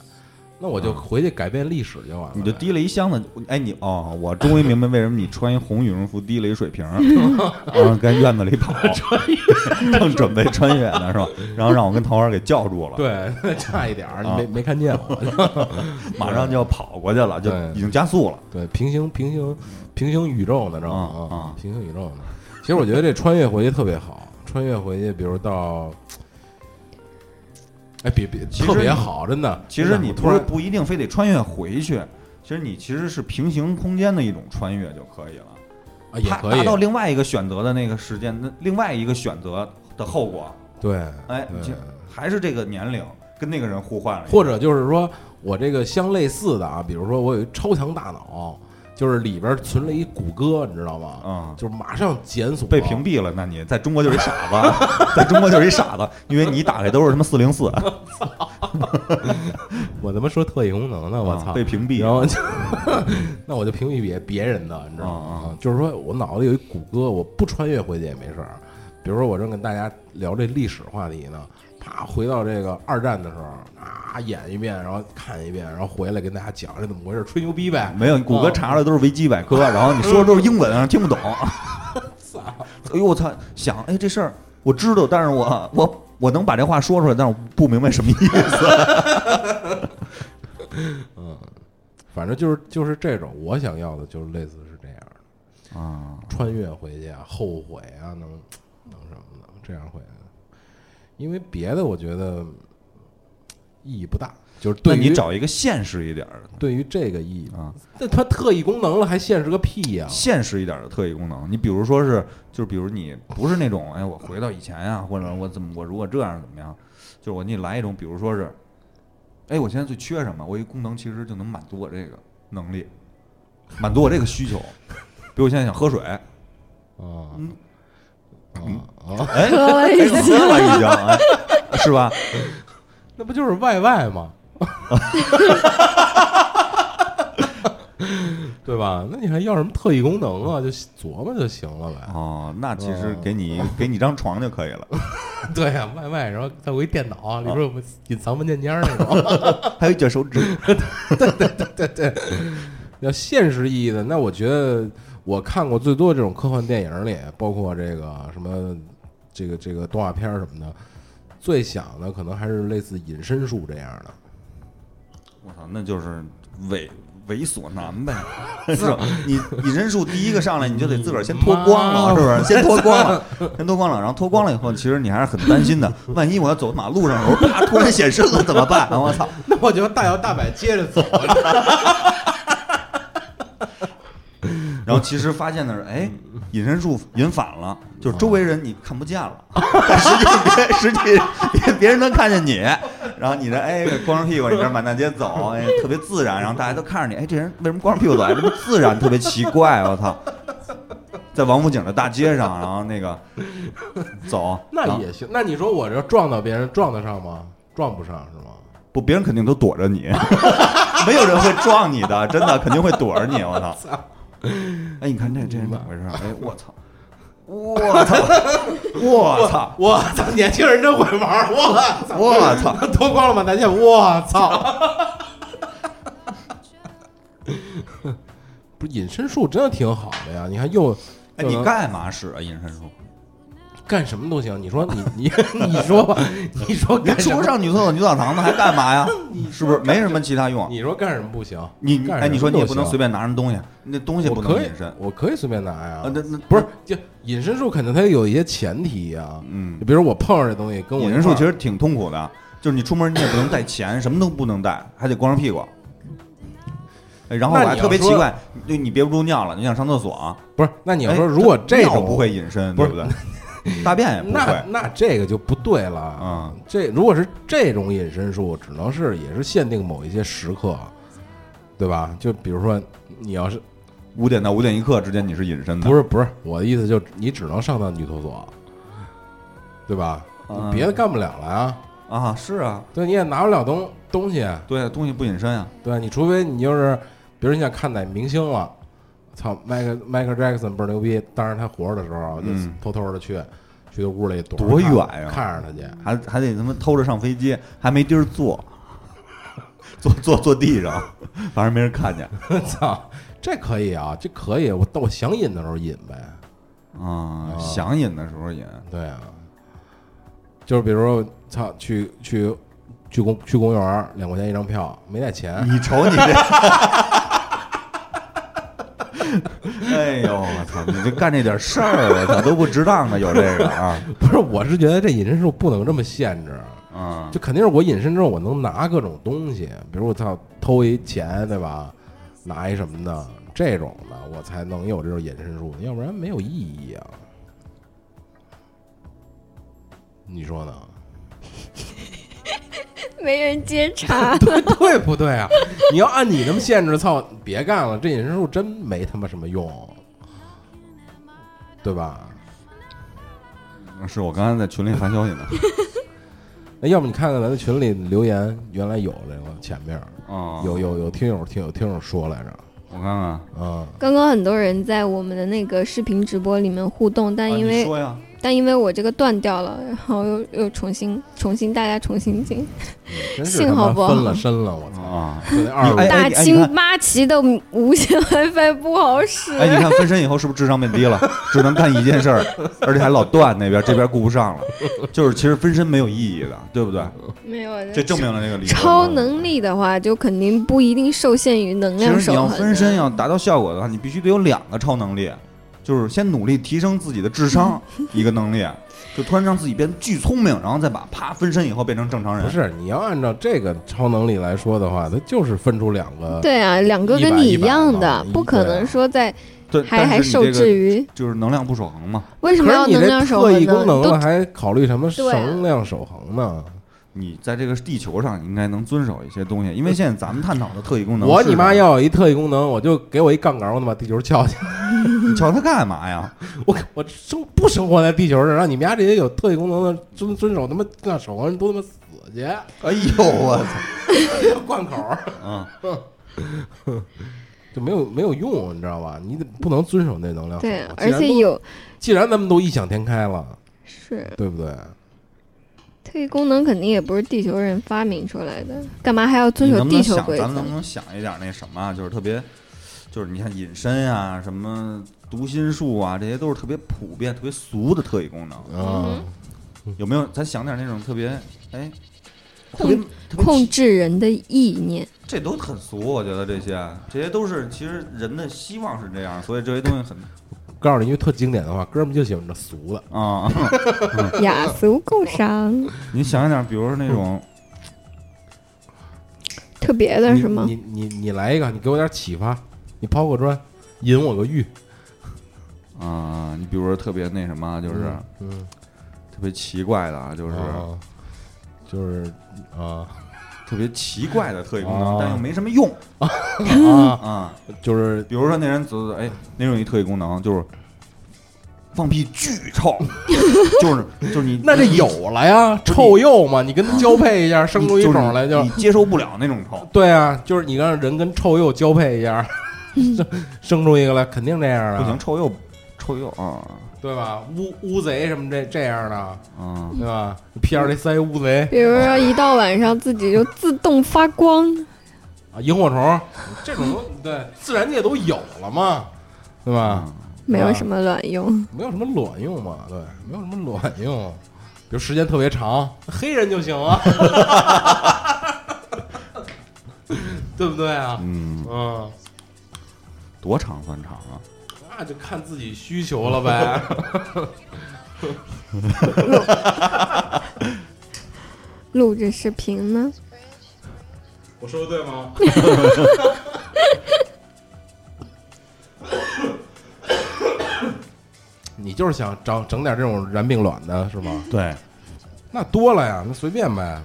那我就回去改变历史就完了呗。嗯你就提了一箱子，哎你哦，我终于明白为什么你穿一红羽绒服提了一水瓶儿，啊，跟院子里跑，正准备穿越呢是吧？然后让我跟桃花给叫住了，对，差一点儿，你没啊没看见 我。马上就要跑过去了，就对已经加速了。对，平行平行平行宇宙呢，知道吗？啊啊平行宇宙呢。其实我觉得这穿越回去特别好，穿越回去，比如到。哎，别别，其实特别你好，真的。其实真的你我突不是然不一定非得穿越回去，其实你其实是平行空间的一种穿越就可以了。啊也它可达到以，另外一个选择的那个时间，那另外一个选择的后果，对，哎，对就还是这个年龄跟那个人互换了一个，或者就是说我这个相类似的啊，比如说我有一超强大脑，就是里边存了一谷歌，你知道吗？嗯。就是马上啊检索被屏蔽了，那你在中国就是一傻子， 在中国就是一傻子，因为你打开都是他妈四 零四，我他妈说特异功能呢，我啊操！被屏 蔽然后就那我就屏蔽别别人的，你知道吗？啊啊就是说我脑子有一谷歌，我不穿越回去也没事儿。比如说我正跟大家聊这历史话题呢，啪回到这个二战的时候，啊演一遍，然后看一遍，然后回来跟大家讲这怎么回事，吹牛逼呗。没有，谷歌啊查了都是维基百科，然后你说的都是英文，听不懂。 哎呦我操！想哎这事儿我知道，但是我我我能把这话说出来，但是我不明白什么意思。反正就是就是这种，我想要的就是类似是这样的，啊，穿越回去啊，后悔啊，能能什么的，这样会，因为别的我觉得意义不大，就是那对于你找一个现实一点儿的对于这个意义，啊，那它特异功能了还现实个屁呀、现实一点儿的特异功能。你比如说是，就是比如你不是那种哎我回到以前呀、或者我怎么我如果这样怎么样，就是我给你来一种，比如说是，哎我现在最缺什么，我一功能其实就能满足我这个能力，满足我这个需求。比如我现在想喝水，啊嗯啊啊！哎，喝了哎一 喝了已 经，哎是吧？那不就是 YY 吗？对吧？那你还要什么特异功能啊？就琢磨就行了呗。哦，那其实给你给你张床就可以了， 对呀、外卖，然后再有一电脑，里边有隐藏文件夹那种。 还有一卷手指。对对，要现实意义的，那我觉得我看过最多这种科幻电影里，包括这个什么这个这个动画片儿什么的，最想的可能还是类似隐身术这样的。我操，那就是猥猥琐男呗，是吧？你隐身术第一个上来，你就得自个儿先脱光了，妈是不是？先脱光了，先脱光了，然后脱光了以后，其实你还是很担心的。万一我要走马路上，我啪突然显身了怎么办？我操！那我觉得大摇大摆接着走，啊然后其实发现的是，哎，隐身术引反了，就是周围人你看不见了， 但实际别实际别别人能看见你，然后你这哎光着屁股，你这满大街走，哎特别自然，然后大家都看着你，哎这人为什么光着屁股走？哎这不自然，特别奇怪，我操！在王府井的大街上，然后那个走，然那后也行。那你说我这撞到别人撞得上吗？撞不上是吗？不，别人肯定都躲着你， 没有人会撞你 的，真的肯定会躲着你，我操！哎，你看这这人怎么回事？哎，我操！我操！我操！我操，年轻人真会玩儿！我操，我 操！脱光了满大街，我操！ 不是隐身术真的挺好的呀，你看又哎，又你能干嘛使啊？隐身术？干什么都行，你说你 你你说吧，你说你干什除么了？上女厕所、女澡堂子还干嘛 呀？是不是没什么其他用？你说干什么不行？你你干哎，什么你说你也不能都行随便拿人东西，那东西我不能可以隐身啊？呃啊我可以随便拿呀那。那不是，就隐身术肯定它有一些前提呀，嗯，比如我碰上这东西，跟我隐一身术块儿其实挺痛苦的，就是你出门你也不能带钱，什么都不能带，还得光着屁股。哎然后我那你还要特别说奇怪，就你憋不住尿了，你想上厕所，不是。那你要说哎如果这尿种不会隐身，不对是不对？大便也不那会，那这个就不对了啊！这如果是这种隐身术，只能是也是限定某一些时刻，对吧？就比如说你要是五点到五点一刻之间你是隐身的，不是不是我的意思，就你只能上到女厕所，对吧？嗯你别的干不了了啊！啊？是啊，对，你也拿不了东东西，对，东西不隐身啊。对你除非你就是，比如你想看哪明星了。操，迈克迈克尔杰克森倍儿牛逼！当时他活着的时候，就嗯偷偷的去，去他屋里躲着多看远啊呀看着他去， 还还得他妈偷着上飞机，还没地儿坐，坐坐坐地上，反正没人看见操，这可以啊，这可以。我我想引的时候引呗。哦啊。想引的时候引，对啊，就是比如说，操，去去去公去公园儿，两块钱一张票，没带钱，你瞅你这， 哎呦我操！你就干这点事儿，我操都不值当的，有这个啊， 不是，我是觉得这隐身术不能这么限制，啊嗯，就肯定是我隐身之后我能拿各种东西，比如我操偷一钱对吧，拿一什么的这种的，我才能有这种隐身术，要不然没有意义啊。你说呢？ 没人接 茬。对不对啊？你要按你那么限制，操，别干了，这隐身术真没他妈什么用，对吧？是我刚才在群里发消息呢，那要不你看看咱们群里留言，原来有这个前面啊，有有有听友听友听友说来着，我看看，嗯，刚刚很多人在我们的那个视频直播里面互动，但啊因你为、说呀，但因为我这个断掉了，然后 又又重新重新大家重新进，真是信他号妈不分好了身了，我操！啊，就那二你哎五，大你看清八旗的无线 WiFi 不好使。哎，你看分身以后是不是智商变低了？只能干一件事儿，而且还老断那边，这边顾不上了。就是其实分身没有意义的，对不对？没有，这证明了那个理论。超。能力的话，就肯定不一定受限于能其量实你守要恒。分身要达到效果的话，你必须得有两个超能力，就是先努力提升自己的 智商一个能力，就突然让自己变巨聪明，然后再把啪分身以后变成正常人不。是你要按照这个超能力来说的话，它就是分出两个，对啊，两个跟你100样的嘛，不可对啊能说在对，还还但是受你这制个于。就是能量不守恒嘛，为什可么是要你能这量守特恒异功呢？能都了，还考虑什么对啊能量守恒呢？你在这个地球上应该能遵守一些东西，因为现在咱们探讨的特异功能，我你妈！要有一特异功能，我就给我一杠杆，我他妈地球撬去。你瞧他干嘛呀？ 我我生不生活在地球上，让你们家这些有特异功能的遵遵守他妈那守恒人都他妈死去， 哎呦我操！灌口儿。嗯， 就没有没有用，你知道吧？你得不能遵守那能量守对，恒。既而然且都有既然咱们都异想天开了，是对啊不对？特异功能肯定也不是地球人发明出来的，干嘛还要遵你守能不地能球想，规咱们则能不？能想一点那什么啊，就是特别，就是你看隐身啊，什么读心术啊，这些都是特别普遍、特别俗的特异功能。啊，嗯有没有？咱想点那种特别，哎，特别特别控制人的意念，这都很俗，我觉得这些这些都是其实人的希望是这样，所以这些东 西很告诉你一句特经典的话，哥们就喜欢这俗的，啊。雅俗共赏，你想一点，比如说那种，特别的你是吗你？你你来一个，你给我点启发，你抛个砖，引我个玉，啊、你比如说特别那什么，就是、嗯，特别奇怪的啊，就、就是哦就是啊特别奇怪的特异哦功能，啊但又没什么用啊，啊。就是比如说那人走走，哎，那种一特异功能就是放屁 巨臭，就是就是你那这有了呀，臭鼬嘛，你跟它交配一下，生你出一就是种来就你接受不了那种臭。对啊，就是你让人跟臭鼬交配一下， 生生出一个来，肯定这样的，不行，，臭鼬，臭鼬啊对吧？乌乌贼什么这这样的，啊！对吧？屁眼里塞乌贼比如说一到晚上自己就自动发光，啊，萤火虫 这种东，对，自然界都有了嘛，对吧？没有什么卵用。没有什么卵用嘛，对，没有什么卵用。比如时间特别长，黑人就行 啊，对不对啊？嗯，嗯，多长算长啊？那就看自己需求了呗。录这视频呢， 我说的对吗？ 你就是想整整点这种燃并卵的是吗？对，那多了呀，那随便呗。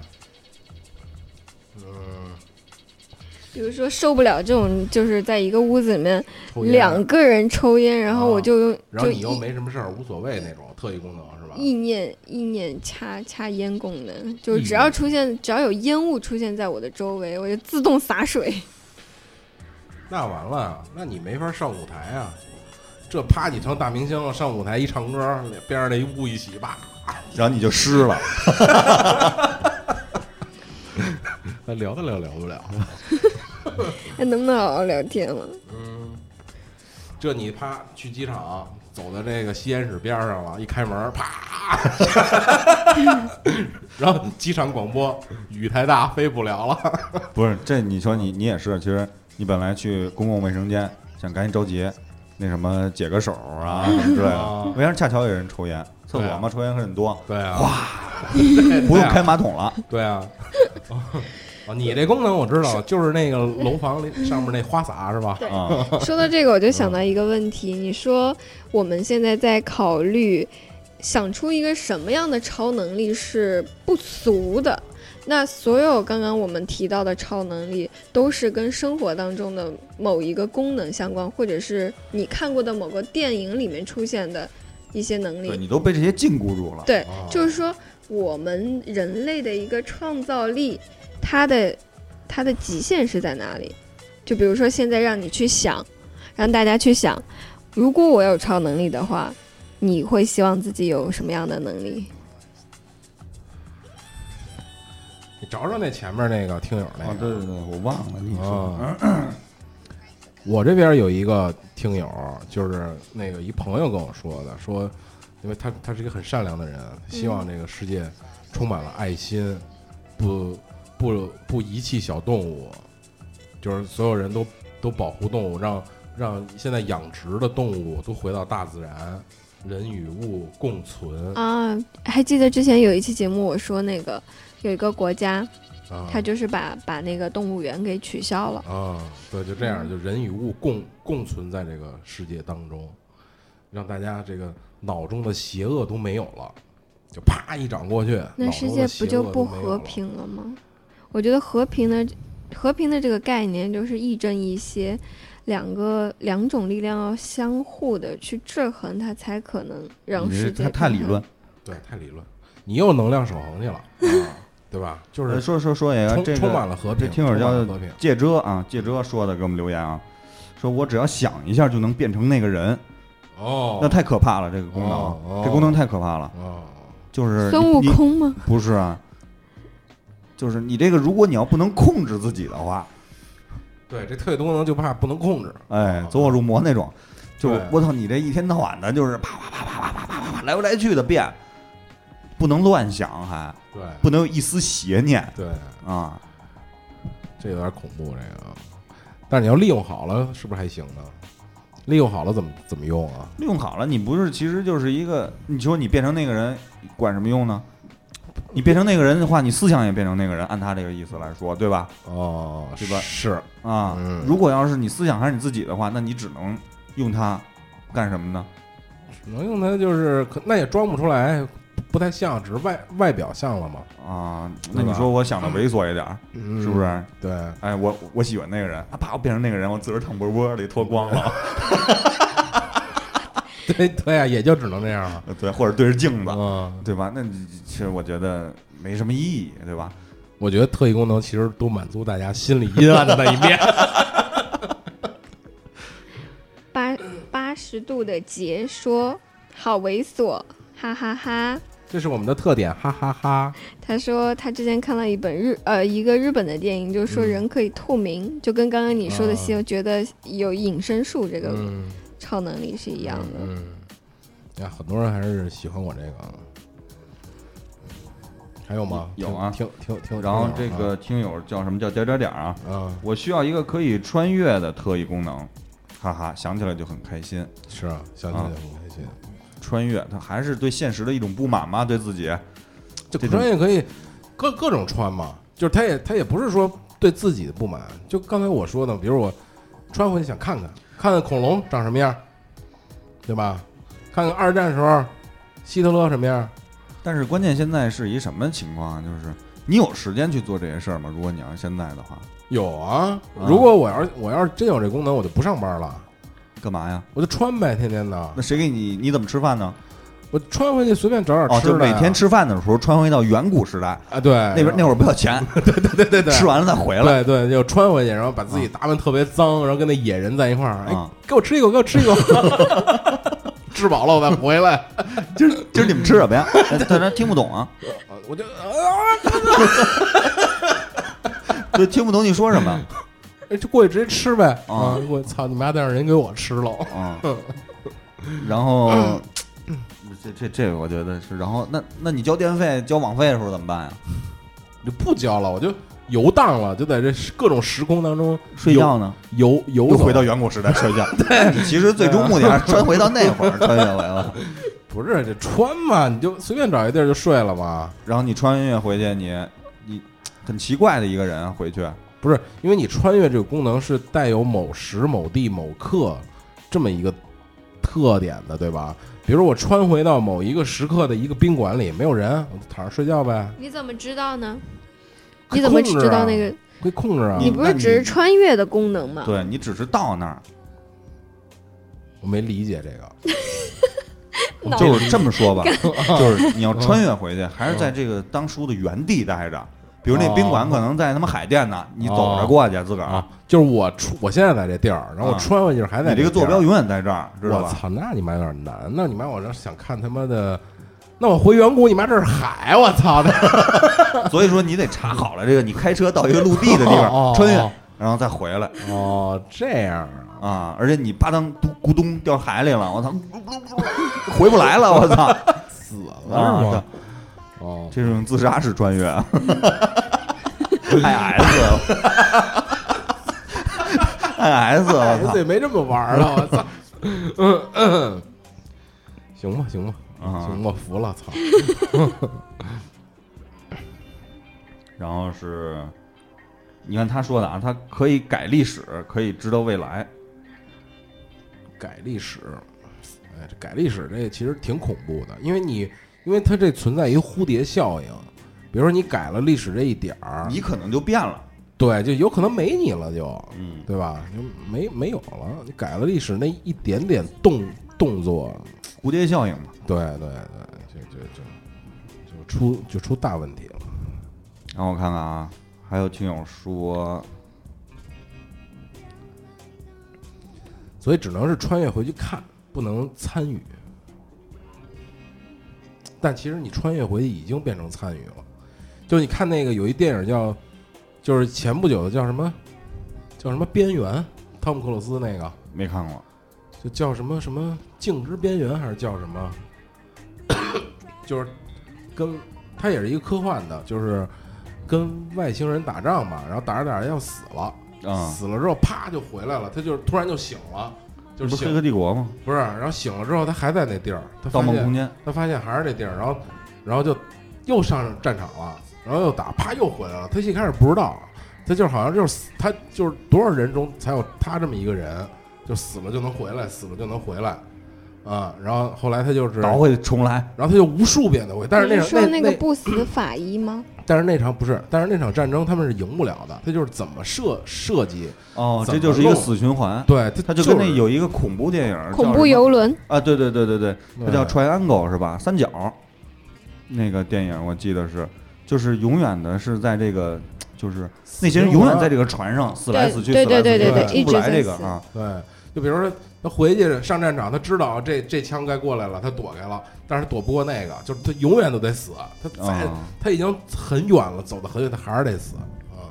比如说受不了这种，就是在一个屋子里面抽烟两个人抽烟，然后我就用、然后就你又意没什么事儿，无所谓那种特异功能是吧？意念意念掐掐烟功能，就意只要念出现只要有烟雾出现在我的周围，我就自动洒水。 那完了，那你没法上舞台啊！这啪，你成大明星了，上舞台一唱歌，边上那一雾一起吧，然后你就湿了。那聊得了聊不了。还能不能好好聊天了？嗯，这你啪去机场，走到这个吸烟室边上了，一开门，啪， 然后机场广播雨太大，飞不了了。不是，这你说你你也是，其实你本来去公共卫生间想赶紧着急，那什么解个手 啊什么之类的啊，为啥恰巧有人抽烟？厕对所啊嘛，抽烟很多，对啊，哇，不不用开马桶了。对 啊，哦，你这功能我知道，就是那个楼房里上面那花洒是吧？ 啊，说到这个，我就想到一个问题，你说我们现在在考虑想出一个什么样的超能力是不俗的？那所有刚刚我们提到的超能力，都是跟生活当中的某一个功能相关，或者是你看过的某个电影里面出现的一些能对力。你都被这些禁锢住了。对哦，就是说我们人类的一个创造力，它的它的极限是在哪里？就比如说现在让你去想，让大家去想，如果我有超能力的话，你会希望自己有什么样的能力？你找找那前面那个听友那啊个。，对对对，我忘了你说啊。我这边有一个听友，就是那个一朋友跟我说的，说，因为他他是一个很善良的人，希望这个世界充满了爱心，不不不遗弃小动物，就是所有人都都保护动物，让让现在养殖的动物都回到大自然，人与物共存啊，还记得之前有一期节目我说那个有一个国家，啊它就是把把那个动物园给取消了。啊，对，就这样，就人与物共共存在这个世界当中，让大家这个脑中的邪恶都没有了，就啪一掌过去，那脑世中界的不邪就恶都不没有和了？平了吗？我觉得和平的和平的这个概念就是亦正亦邪，两个两种力量要相互的去制衡，它才可能让你世界这太太平理衡论。。对，太理论，你又能量守恒去了，啊对吧？就呃是说说说也充这充个满了和这平，听友充满叫了和平介遮啊，介遮说的给我们留言啊，说我只要想一下就能变成那个人，哦，那太可怕了，这个功能，哦哦这功能太可怕了，哦，就是孙悟你空吗？不是啊，就是你这个，如果你要不能控制自己的话，对，这特异功能就怕不能控制，哎哦，走火入魔那种，就是对我操，你这一天到晚的，就是啪啪啪啪啪啪啪啪啪来回来去的变，不能乱想，还对不能有一丝邪念对，啊。这有点恐怖这个啊，但是你要利用好了，是不是还行呢？利用好了怎么怎么用啊？利用好了，你不是其实就是一个，你说你变成那个人，管什么用呢？你变成那个人的话，你思想也变成那个人，按他这个意思来说，对吧？哦，对吧是，啊，嗯如果要是你思想还是你自己的话，那你只能用它干什么呢？能用它就是，可那也装不出来，不太像，只是外外表像了嘛，啊，对吧那你说我想的猥琐一点儿，嗯是不？是？对， 哎，我我喜欢那个人，啊，啪，我变成那个人，我自个儿躺波波里脱光了， 对对啊，也就只能这样了。对，或者对着镜子，嗯，对吧？那你其实我觉得没什么意义，对吧？我觉得特异功能其实都满足大家心里阴暗的那一 面。八八十度的杰说：“好猥琐，哈哈哈这是我们的特点，哈哈哈他说他之前看到一本日呃一个日本的电影，就是说人可以透明，就跟刚刚你说的嗯啊西游觉得有隐身术这个嗯超能力是一样的。嗯，你看很多人还是喜欢我这个啊。还有吗？有啊挺挺挺。然后这挺有个听友叫什么叫点点点儿啊？啊啊，我需要一个可以穿越的特异功能，哈哈，想起来就很开心。是啊，相亲啊也很开心。穿越，他还是对现实的一种不满吗？对自己，这古这种装也可以各各种穿嘛，就是他也他也不是说对自己的不满，就刚才我说的，比如我穿回去想看看看看恐龙长什么样，对吧？看看二战时候希特勒什么样，但是关键现在是一什么情况啊？就是你有时间去做这些事儿吗？如果你要是现在的话，有啊啊。如果我要是我要是真有这功能，我就不上班了，干嘛呀？我就穿呗，天天的那，谁给你？你怎么吃饭呢？我穿回去随便找点哦，吃的啊就呀、每天吃饭的时候穿回到远古时代，啊，对，那那边那会儿不要钱，对对对， 吃完了再回来。对对，就穿回去，然后把自己打扮特别脏，然后跟那野人在一块儿，哎啊，给我吃一口，给我 吃一口，吃饱了我再回来。今儿今儿你们吃什么呀？哎大家听不 懂啊，啊 我就啊，对，听不懂你说什么。呃就过去直接吃呗。啊啊，我操，你妈再让人给我吃了。嗯，然后这这这，我觉得是。然后那那你交电费、交网费的时候怎么办呀？就不交了，我就游荡了，就在这各种时空当中睡觉呢？游游又走回到远古时代睡觉。对，你其实最终目的还是穿回到那会儿，穿越回 来。不是这穿嘛，你就随便找一地儿就睡了嘛。然后你穿越回去，你你很奇怪的一个人回去，不是，因为你穿越这个功能是带有某时某地某刻这么一个特点的，对吧？比如我穿回到某一个时刻的一个宾馆里，没有人，我就躺着睡觉呗，你怎么知道呢？可以你怎么控制知道啊那个？可以控制啊你。你不是只是穿越的功能吗？对你只是到那儿，我没理解这 个，脑子就是这么说吧，嗯就是你要穿越回去，还是在这个当初的原地待着。比如那宾馆可能在他妈海淀呢，你走着过去自个儿啊，就是我出，我现在在这地儿，然后我啊穿回去还在你这个地儿坐标，永远在这儿，知道我吧？操，那你妈有点难，那你妈我这想看他妈的，那我回远古，你妈这是海，我操的， 所以说你得查好了这个，你开车到一个陆地的地哦哦方哦穿越，然后再回来哦，这样啊，啊！而且你吧当嘟咕咚掉海里了，我操， 回不来了，我操！死了是啊吗？，哦，这种自杀式 穿越，太 S 了， 太 S 了，孩子 我操！也哎没这么玩儿了，我操！啊 嗯嗯，行吧，行吧，啊行，我服了，操！然后是，你看他说的啊，他可以改历史，可以知道未来，改历史，哎，这改历史这其实挺恐怖的，因为你，因为它这存在一蝴蝶效应，比如说你改了历史这一点儿，你可能就变了。对，就有可能没你了，就，嗯，对吧？就没没有了，你改了历史那一点点动动作，蝴蝶效应嘛。对对对，就就就就出就出大问题了。让我看看啊，还有听友说，所以只能是穿越回去看，不能参与。但其实你穿越回去已经变成参与了，就你看那个有一电影叫，就是前不久的叫什么，叫什么边缘，汤姆克鲁斯那个，没看过，就叫什么什么静之边缘还是叫什么，就是跟它也是一个科幻的，就是跟外星人打仗嘛，然后打着打着要死了，啊、死了之后啪就回来了，他就是突然就醒了，这就不是是《黑醒客帝国》吗？不是，然后醒了之后他还在那地儿，他《盗发梦现空间》他发现还是那地儿，然后然后就又上战场了，然后又打，啪又回来了。他一开始不知道，啊他就是好像就是死他就是多少人中才有他这么一个人，就死了就能回来，死了就能回来，啊，然后后来他就是，倒然后回重来，他就无数遍的回，但是你那是说场那那个不死法医 吗？但是那场不是，但是那场战争他们是赢不了的，他就是怎么设设计，哦，怎这么就是一个弄死循环。对，他它啊就就跟那是有一个恐怖电影儿叫恐什么怖游轮，啊，对对对对对，它叫对 Triangle 是吧？三角，那个电影我记得是，就是永远的是在这个，就是那些人永远在这个船上死来死去，对死来死去，对对对对出不来这个一直在死啊，对，就比如说他回去上战场，他知道这这枪该过来了，他躲开了，但是躲不过那个，就是他永远都得死，他在、啊，他已经很远了，走得很远，他还是得死啊，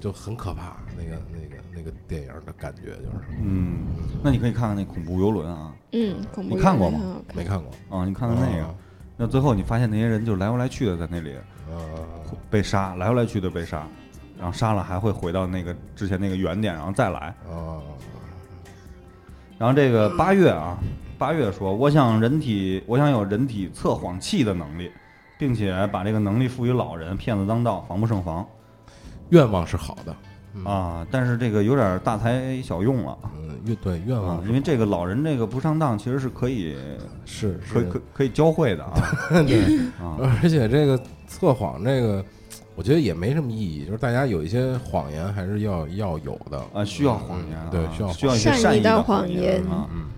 就很可怕。那个那个那个电影的感觉就是嗯，那你可以看看那恐怖游轮啊，嗯，恐怖游你轮看过吗很好看没看过，啊，你看看那个啊，，那最后你发现那些人就来回来去的在那里呃，被杀，来回来去的被杀，然后杀了还会回到那个之前那个原点，然后再来，啊，然后这个八月啊，嗯八月说，我想人体，我想有人体测谎器的能力，并且把这个能力赋予老人，骗子当道，防不胜防愿望是好的，啊。但是这个有点大材小用了嗯，愿对愿啊望，因为这个老人这个不上当，其实是可以是可是可可以教会 的啊啊而且这个测谎这个，我觉得也没什么意义，就是大家有一些谎言还是要要有的啊，需要谎言嗯啊，对需要需要一些善意善意的谎谎言啊，嗯，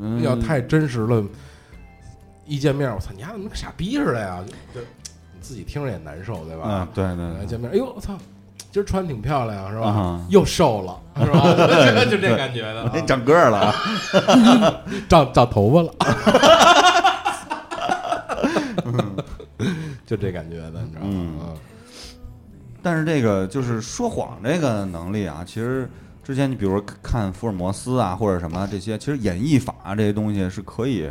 嗯要太真实了，一见面我操，你丫怎么跟傻逼似的呀？就就你自己听着也难受，对啊吧？，对对然后对见面，哎呦我操，今儿穿挺漂亮是吧？啊，又瘦了是 吧？就这感觉的哎啊，长个儿了啊，长长头 发了，就这感觉的，你知道嗯吗？ 但是这个就是说谎这个能力啊，其实之前你比如说看福尔摩斯啊或者什么这些，其实演绎法啊这些东西是可以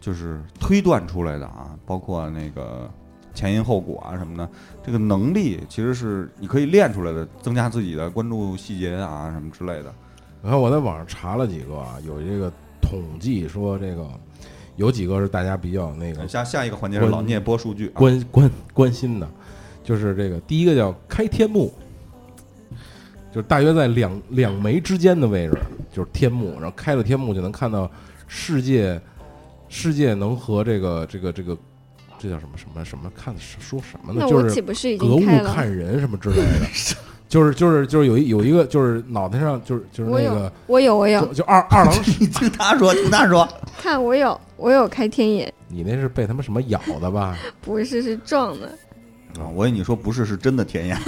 就是推断出来的啊，包括那个前因后果啊什么的，这个能力其实是你可以练出来的，增加自己的关注细节啊什么之类的。然后我在网上查了几个啊，有这个统计说这个有几个是大家比较那个下下一个环节是关老聂播数据啊，关关关心的，就是这个第一个叫开天幕，就是大约在两两眉之间的位置，就是天幕，然后开了天幕就能看到世界，世界能和这个这个这个这叫什么什么什么看说什么呢？那就我是岂不是已格经物开了？看人什么之类 的，就是就是就是有一有一个就是脑袋上就是就是我那有个我有，我有就就二二郎神。 你听他说，听他说，看，我有，我有开天眼，你那是被他妈什么咬的吧？ 不是是撞的， 啊，我以为你说不是是真的甜 言啊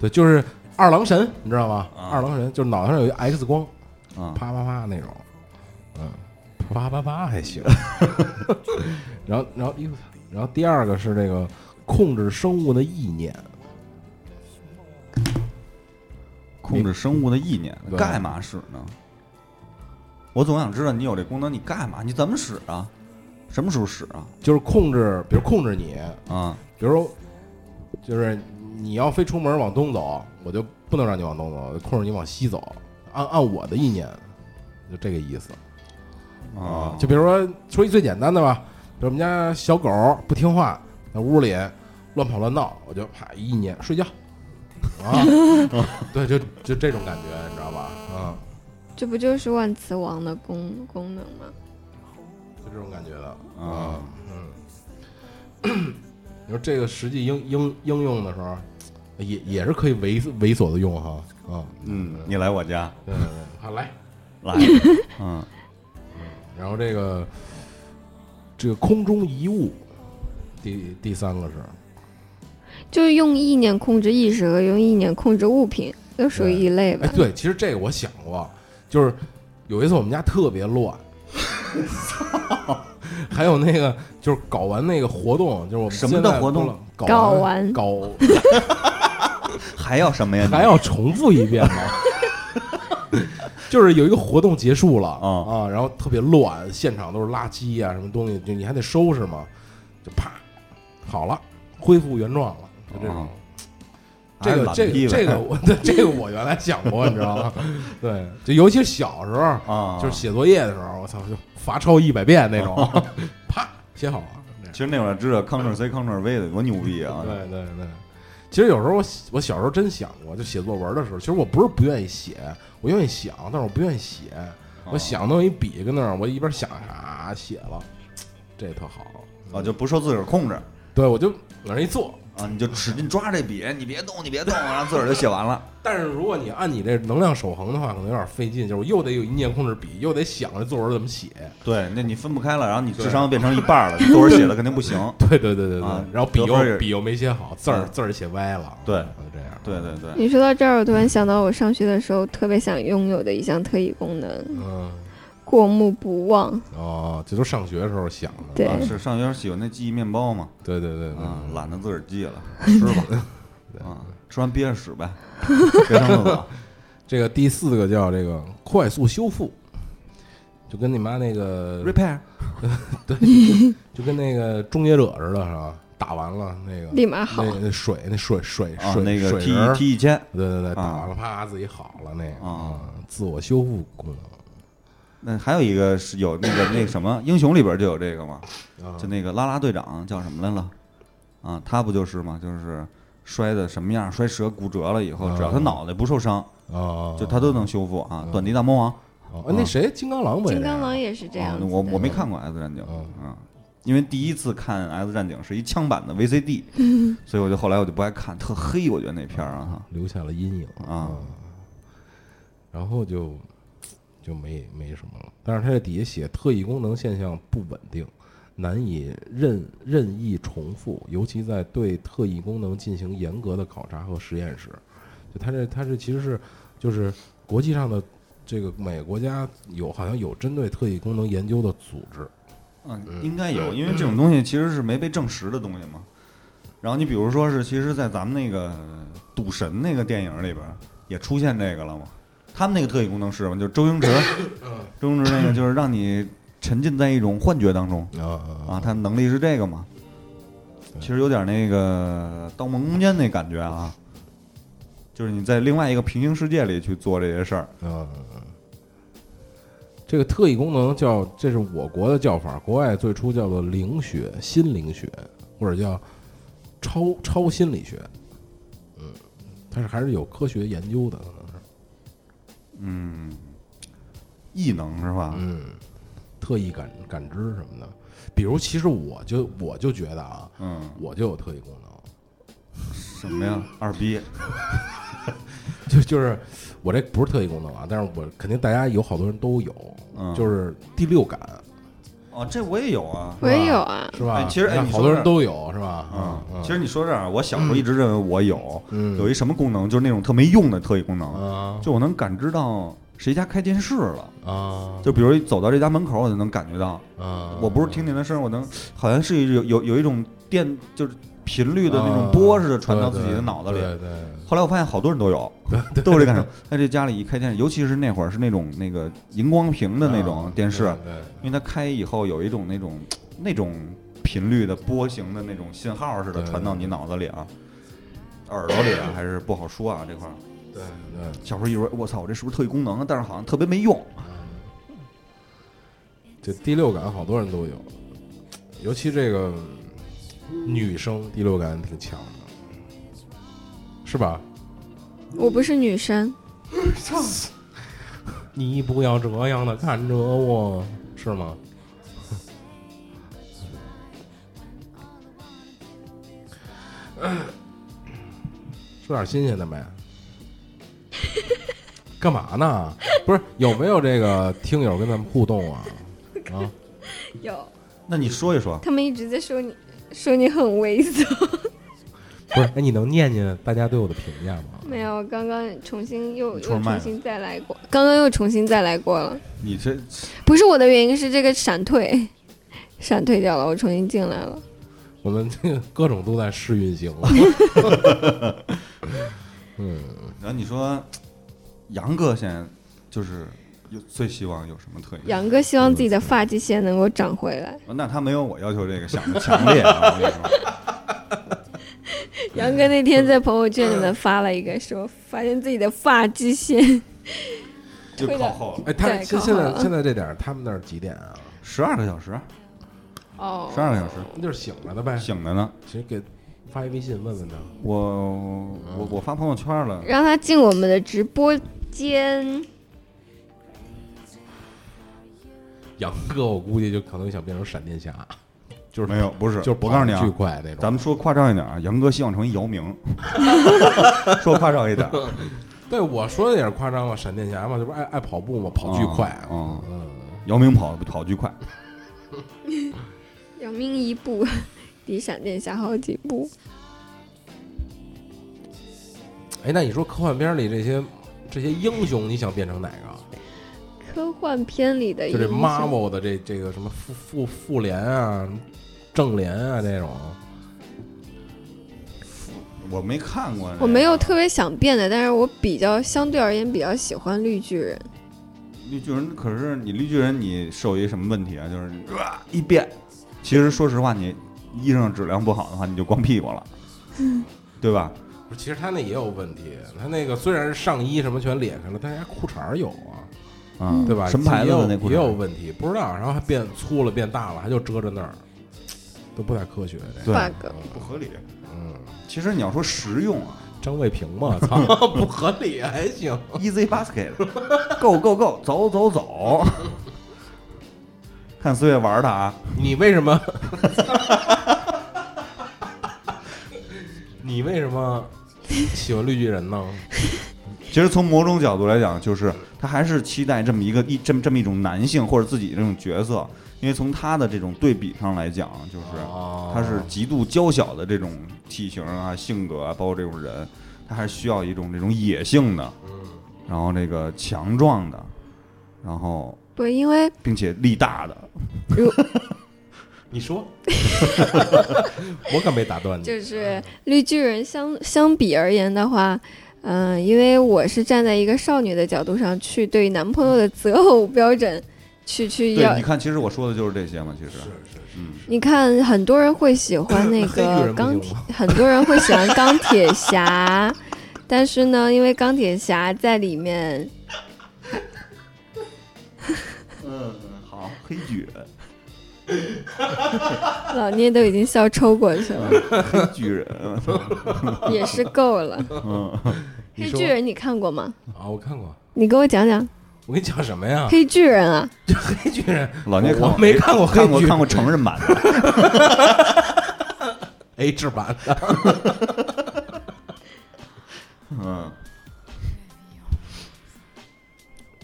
对，就是二郎神，你知道吗？啊二郎神就是脑袋上有一 X 光，啊，啪啪啪那种，嗯，啪啪啪还行。 然后，然后，哎呦然后第二个是这个控制生物的意念，控制生物的意念，嗯对干嘛使呢？我总想知道你有这功能，你干嘛？你怎么使啊？什么时候使啊？就是控制，比如控制你，啊，比如说就是你要非出门往东走，我就不能让你往东走，控制你往西走，按按我的意念，就这个意思。啊，就比如说说一最简单的吧，比如我们家小狗不听话，在屋里乱跑乱闹，我就啪一撵睡觉，啊， 对，就就这种感觉，你知道吧？啊，这不就是万磁王的功功能吗？就这种感觉的啊，嗯。你说这个实际应应应用的时候，也也是可以猥猥琐的用哈啊，嗯，你来我家对对对，好来， 来，嗯，然后这个这个空中遗物，第第三个是就是用意念控制意识和用意念控制物品都属于一类 吧哎，。对，其实这个我想过，就是有一次我们家特别乱， 还有那个就是搞完那个活动，就是我们什么现的在活动不了？搞搞完完搞还要什么呀？你还要重复一遍吗？ 就是有一个活动结束了啊啊，然后特别乱，现场都是垃圾啊，什么东西，就你还得收拾嘛，就啪，好了，恢复原状了，就这种哦。这个还是这懒屁个呗这个我 这个我原来想过，你知道吗？ 对，就尤其是小时候，啊，就是写作业的时候，我操，就罚抄一百遍那种，啊 啪写好了。这样其实那会儿知道 Ctrl C Ctrl V 的多牛逼 啊！对对对，其实有时候我我小时候真想过，就写作文的时候，其实我不是不愿意写，我愿意想，但是我不愿意写。啊我想弄一笔跟那儿，我一边想啊写了，这特好。啊，就不受自个儿控制对，我就往那一坐。啊，你就使劲抓这笔，你别动，你别动，然后自个儿就 写完了。但是如果你按你这能量守恒的话，可能有点费劲，就是又得有一念控制笔，又得想着作文怎么写。对，那你分不开了，然后你智商变成一半了，你作文写的肯定不行。 对对对对对，啊然后笔得分儿也又笔又没写好，字儿、嗯字儿写歪了，啊对就这样。对对对，你说到这儿，我突然想到我上学的时候特别想拥有的一项特异功能嗯， ——过目不忘。哦，这都上学的时候想的。对啊是上学时候喜欢那记忆面包嘛，对对对对， 啊，懒得自个儿记了，吃吧，啊，吃完憋着屎 呗，别上厕所。这个第四个叫这个快速修复，就跟你妈那个 repair 就跟那个终结者似的，是吧？打完了那个立马好那那水那水水啊，水那个水 T 人儿 T 一千对对对，啊打完了啪自己好了那个啊，嗯自我修复功那还有一个是有那个那个什么英雄里边就有这个嘛，能啊就那个拉拉队长叫什么来了？啊，他不就是嘛，就是摔的什么样，摔折骨折了以后，啊只要他脑袋不受伤，啊，就他都能修复啊。短笛大魔王哦哎那谁金刚狼不也金这样刚狼也是这啊样，子的。我我没看过 X 战警啊，因为第一次看 X 战警是一枪版的 VCD，所以我就后来我就不爱看，特黑，我觉得那片儿啊留下了阴影啊，然后就就没没什么了。但是它这底下写特异功能现象不稳定，难以任任意重复，尤其在对特异功能进行严格的考察和实验时。就它这它这其实是就是国际上的这个每个国家有好像有针对特异功能研究的组织。嗯，应该有，因为这种东西其实是没被证实的东西嘛。然后你比如说是，其实，在咱们那个赌神那个电影里边儿也出现这个了嘛。他们那个特异功能是什么？就是周星驰， 周星驰那个就是让你沉浸在一种幻觉当中啊啊，他能力是这个嘛。其实有点那个《盗梦空间》那感觉啊，就是你在另外一个平行世界里去做这些事儿。啊！这个特异功能叫，这是我国的叫法，国外最初叫做灵学、心灵学，或者叫超超心理学。嗯，它是还是有科学研究的，可能是嗯，异能是吧？嗯，特异感感知什么的。比如，其实我就我就觉得啊，嗯，我就有特异功能， 什么呀？二逼。就就是我这不是特异功能啊，但是我肯定大家有好多人都有，嗯就是第六感，哦，这我也有啊。我也有啊，是吧？哎其实哎你看你好说多这人都有，是吧？啊，嗯其实你说这儿，我小时候一直认为我有，嗯有一什么功能，就是那种特没用的特异功能，啊就我能感知到谁家开电视了，啊就比如走到这家门口，我就能感觉到，啊！我不是听见的声儿，我能好像是有有有一种电就是频率的那种波似的传到自己的脑子里。对对对后来我发现好多人都有，都有这感受。在这家里一开电视，尤其是那会儿是那种那个荧光屏的那种电视，嗯啊对因为它开以后有一种那种那种频率的波形的那种信号似的对传到你脑子里啊，耳朵里啊，还是不好说啊这块儿。对对，小时候一说，我操，我这是不是特异功能啊？但是好像特别没用。这第六感好多人都有，尤其这个女生第六感挺强的，是吧？我不是女生，你不要这样的看着我，是吗？ 说点新鲜的呗。干嘛呢？不是有没有这个听友跟咱们互动啊？啊，有那你说一说，他们一直在说你，说你很猥琐。不是，哎，你能念念大家对我的评价吗？没有，刚刚重新又又你出门卖重了新再来过，刚刚又重新再来过了。你这不是我的原因，是这个闪退，闪退掉了，我重新进来哎了。我们这个各种都在试运行啊 了。然后你说杨哥现在就是有最希望有什么特异？杨哥希望自己的发际线能够长回来。那他没有我要求这个想的强烈 啊！我跟你说，杨哥那天在朋友圈里面发了一个说，发现自己的发际线就推的靠后了，哎，他对现靠现后在了现在这点儿，他们那儿几点啊？十二个小时，啊哦，十二个小时那就是醒着的呗。醒着呢。其实给发一微信问问他。我我我发朋友圈了，让他进我们的直播间。杨哥，我估计就可能想变成闪电侠，就是没有，不是，就是我告诉你啊跑得，巨快那种。咱们说夸张一点啊，杨哥希望成为姚明，说夸张一点，对我说的也是夸张嘛，闪电侠嘛，这不是爱爱跑步嘛，跑巨快。嗯嗯，姚明跑跑巨快，姚明一 步，敌闪电侠好几步。哎，那你说科幻片里这些这些英雄，你想变成哪个？科幻片里的就这英雄 Marvel 的这这个什么复复复联啊、正联啊这种，我没看过，我没有特别想变的，但是我比较相对而言比较喜欢绿巨人。绿巨人，可是你绿巨人你是有一什么问题啊？就是你啊一变，其实说实话，你衣裳质量不好的话，你就光屁股了，嗯对吧？不是其实他那也有问题，他那个虽然是上衣什么全裂开了，但是人家裤衩儿有啊，嗯，对吧？什么牌子也的有那裤也有衩？问题，不知道，然后还变粗了变大了，还就遮着那儿，都不太科学。这对 bug 不合理。嗯，其实你要说实用啊张卫平 嘛，操，不合理还行。 ，Easy Basket，Go Go Go，走走走。看四月玩的啊，你为什 么？你为什么喜欢绿巨人呢？其实从某种角度来讲，就是他还是期待这么一个一这么这么一种男性或者自己这种角色，因为从他的这种对比上来讲，就是哦他是极度娇小的这种体型啊、性格啊，包括这种人，他还是需要一种这种野性的，嗯然后那个强壮的，然后不，因为并且力大的。你说， 我可没打断你。就是绿巨人相相比而言的话，嗯、因为我是站在一个少女的角度上去对男朋友的择偶标准去去要对，你。看，其实我说的就是这些嘛，其实，是嗯，你看，很多人会喜欢那黑巨个人不钢行铁吗，很多人会喜欢钢铁侠，但是呢，因为钢铁侠在里面，嗯，好，黑巨人，老聂都已经笑抽过去了，黑巨人，我操也是够了。嗯，你黑说巨人你看过吗？啊，我看过。你给我讲讲我跟你讲什么 呀？黑巨人啊，这黑巨人，老聂我看我没看过黑看过巨人看过成人版的， H 版的。嗯，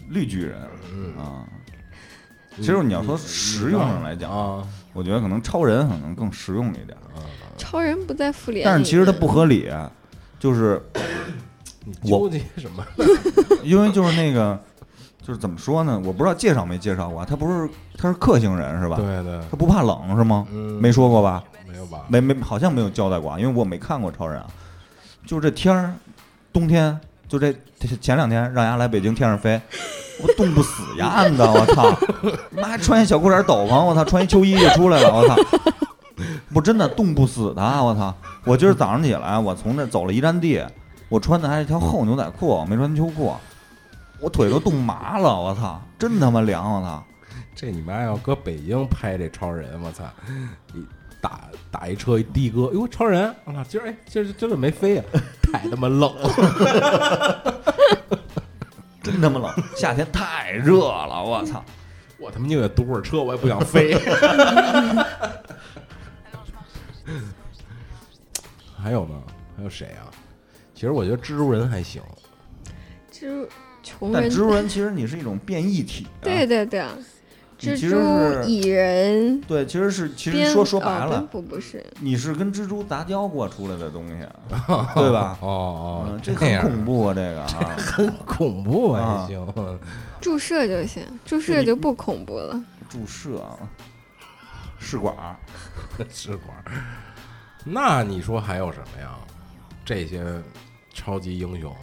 绿巨人，嗯啊，其实你要说实用上来讲，啊，我觉得可能超人可能更实用一点，嗯超人不在复联里面，但是其实它不合理，啊就是你我纠结什么？因为就是那个，就是怎么说呢？我不知道介绍没介绍过啊，他不是他是克星人是吧？对对，他不怕冷是吗？嗯没说过吧？没有吧？没没，好像没有交代过，啊，因为我没看过超人啊。就是这天儿，冬天就这这前两天让丫来北京天上飞，我冻不死丫你知道我操！ 妈穿一小裤衩斗篷，我操，穿一秋衣就出来了，我操！我真的冻不死他，我操！我今儿早上起来，我从这走了一站地，我穿的还是一条厚牛仔裤，我没穿秋裤，我腿都冻麻了，我操！真他妈凉，我操！这你妈要搁北京拍这超人，我操！ 你打打一车一的哥，哟，超人！我操，今儿哎，今儿真的没飞呀、啊 太他妈冷了。 真他妈冷，夏天太热了，我操！我他妈宁愿堵会儿车，我也不想飞。还有呢？还有谁啊？其实我觉得蜘蛛人还行，蜘蛛穷但人蜘蛛人其实你是一种变异体、啊，对对对啊，你蜘其实蛛是蚁人对，其实是其实蝙说说白哦了蝙，蝠不是，你是跟蜘蛛杂交过出来的东西，啊对吧？哦嗯哦，，这那很样恐怖啊，这个啊，很 恐怖啊啊，行，注射就行，注射就不恐怖了。注射啊试管儿，试管。那你说还有什么呀？这些超级英雄，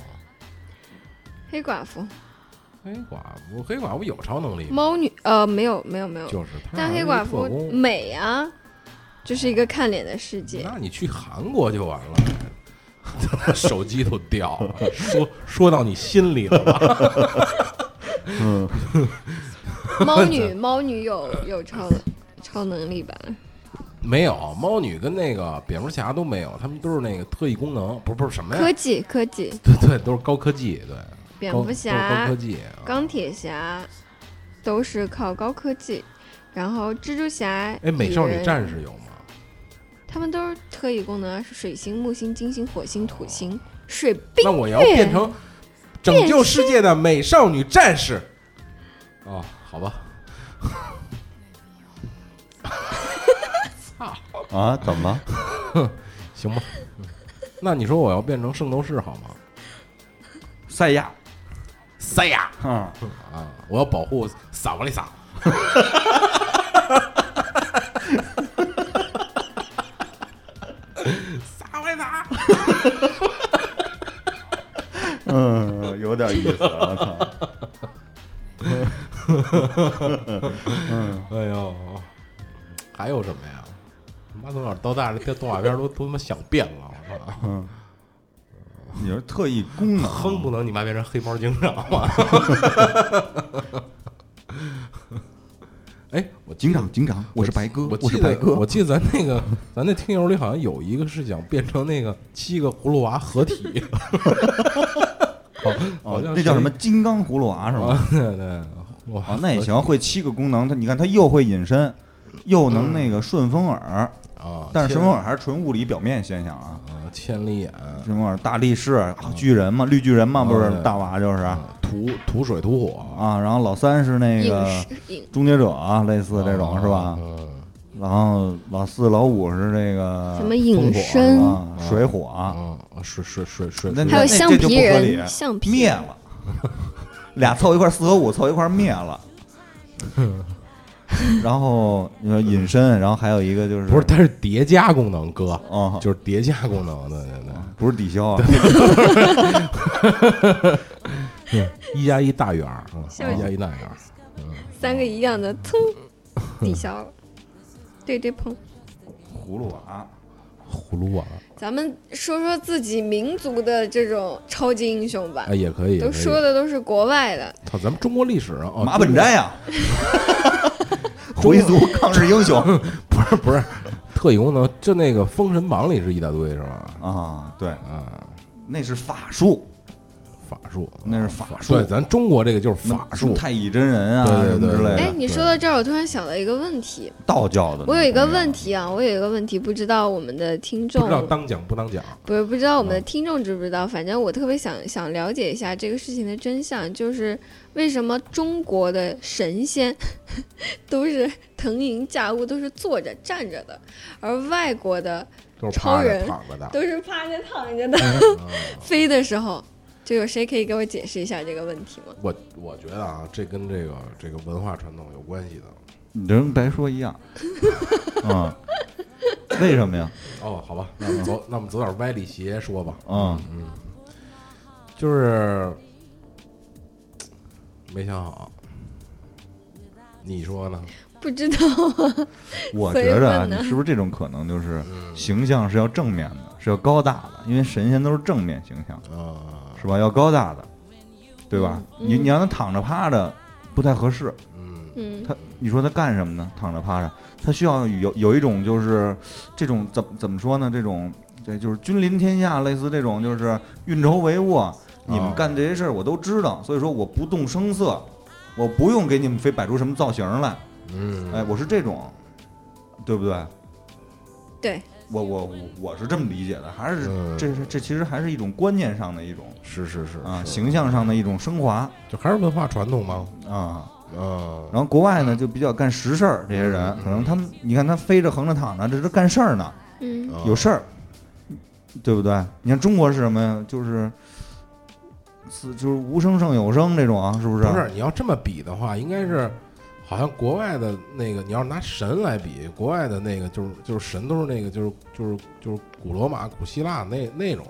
黑寡妇、黑寡妇，黑寡妇有超能力吗？猫女，呃，没有没有没有，就是她但好像黑是一寡特妇工美啊，就是一个看脸的世界。那你去韩国就完了， 手机都掉了，说说到你心里了吧？ 嗯，猫女，猫女有有 超超能力吧？没有，猫女跟那个蝙蝠侠都没有，他们都是那个特异功能，不是不是什哎么科呀？技，科技，啊对对，都是高科技，对，蝙高蝠都是高侠科、技，啊钢铁侠都是靠高科技，然后蜘蛛侠、哎，美蚁少女人战士有吗？他们都是特异功能啊，是水星、木星、金星、火星、土星、水冰。那我要变成拯救世界的美少女战士。哦，好吧，啊，怎么了？行吧。 那你说我要变成圣斗士好吗？赛亚，塞呀！嗯，啊，我要保护萨瓦利 萨。萨瓦利萨，嗯，有点意思，我操，哎呦，还有什么呀？妈从小到大这动画片都都他妈想遍了，我操！嗯，你是特异功能，啊哼，不能你妈变成黑猫警长 啊！哎，我记警长，警长，我是白哥，我是记白哦得哥，我记得咱那个咱那听友里好像有一个是想变成那个七个葫芦娃合 体，好，好哦像，那叫是什么？金刚葫芦娃是吗？啊， 对对，哇啊，那也行，会七个功能，它你看它又会隐身，又能那个顺风耳，啊！但是千顺风耳还是纯物理表面现象啊。啊，千里眼，顺风耳大力士、啊巨人嘛，绿巨人嘛，不是嗯大娃就是啊。啊土土水土火，然后老三是那影个视影终结者啊，类似这种啊是吧？嗯然后老四、老五是这个什么风影身，啊，水火啊，啊，水水水嗯水，那还有那橡这就皮不合人理橡皮灭人了，俩凑一块儿四和五凑一块儿 灭了。然后你说隐身，然后还有一个就是不是，它是叠加功能，哥，哦，就是叠加功能，对对对。不是抵消啊，一加一大于二，嗯笑一加一大于二。三个一样的，噌，抵消了，对对碰。葫芦娃。葫芦娃咱们说说自己民族的这种超级英雄吧哎，，也可以，都也可以说的都是国外的，操，咱们中国历史上，哦马本 斋呀、回族抗日 英雄不是不是特异功能，就那个《封神榜》里是一大堆是吧？啊，对，啊，那是法术，法术，那是法术，嗯对，咱中国这个就是法什术，么太乙真人啊，对对对什么之类哎的，，你说到这儿，我突然想到一个问题，道教的。我有一个问题，题啊，我有一个问题，不知道我们的听不知道众，当讲不当讲。不是不知道我们的听众知不知道，反正我特别想想了解一下这个事情的真相，就是为什么中国的神仙 都是腾云驾雾，都是坐着站着的，而外国的都是超趴着人躺着的，都是趴着躺着的。 飞的时候，就有谁可以给我解释一下这个问题吗？我我觉得啊，这跟这个这个文化传统有关系的。你这跟白说一样， 嗯，为什么呀？哦，好吧，那我们走，那我们走点歪理邪说吧。嗯就是没想好，你说呢？不知道，我所以觉着啊，问呢你是不是这种可能就是嗯形象是要正面的，是要高大的，因为神仙都是正面形象，啊，是吧？要高大的，对吧？嗯你你让他躺着趴着不太合适，嗯，嗯，他，你说他干什么呢？躺着趴着，他需要有有一种就是这种怎怎么说呢？这种对，就是君临天下，类似这种就是运筹帷幄，你哦们干这些事儿我都知道，所以说我不动声色，我不用给你们非摆出什么造型来，嗯，哎，我是这种，对不对？对，我我我我是这么理解的，还是嗯这是这其实还是一种观念上的一种是是是啊，是形象上的一种升华就还是文化传统吗？啊，嗯然后国外呢就比较干实事儿，这些人可能他们你看他飞着横着躺着，这是干事儿呢，嗯嗯有事儿，对不对？你看中国是什么呀？就是是就是无声胜有声这种啊，是不是？不是，你要这么比的话，应该是好像国外的那个，你要拿神来比，国外的那个就是就是神都是那个就是就是就是古罗马、古希腊那那种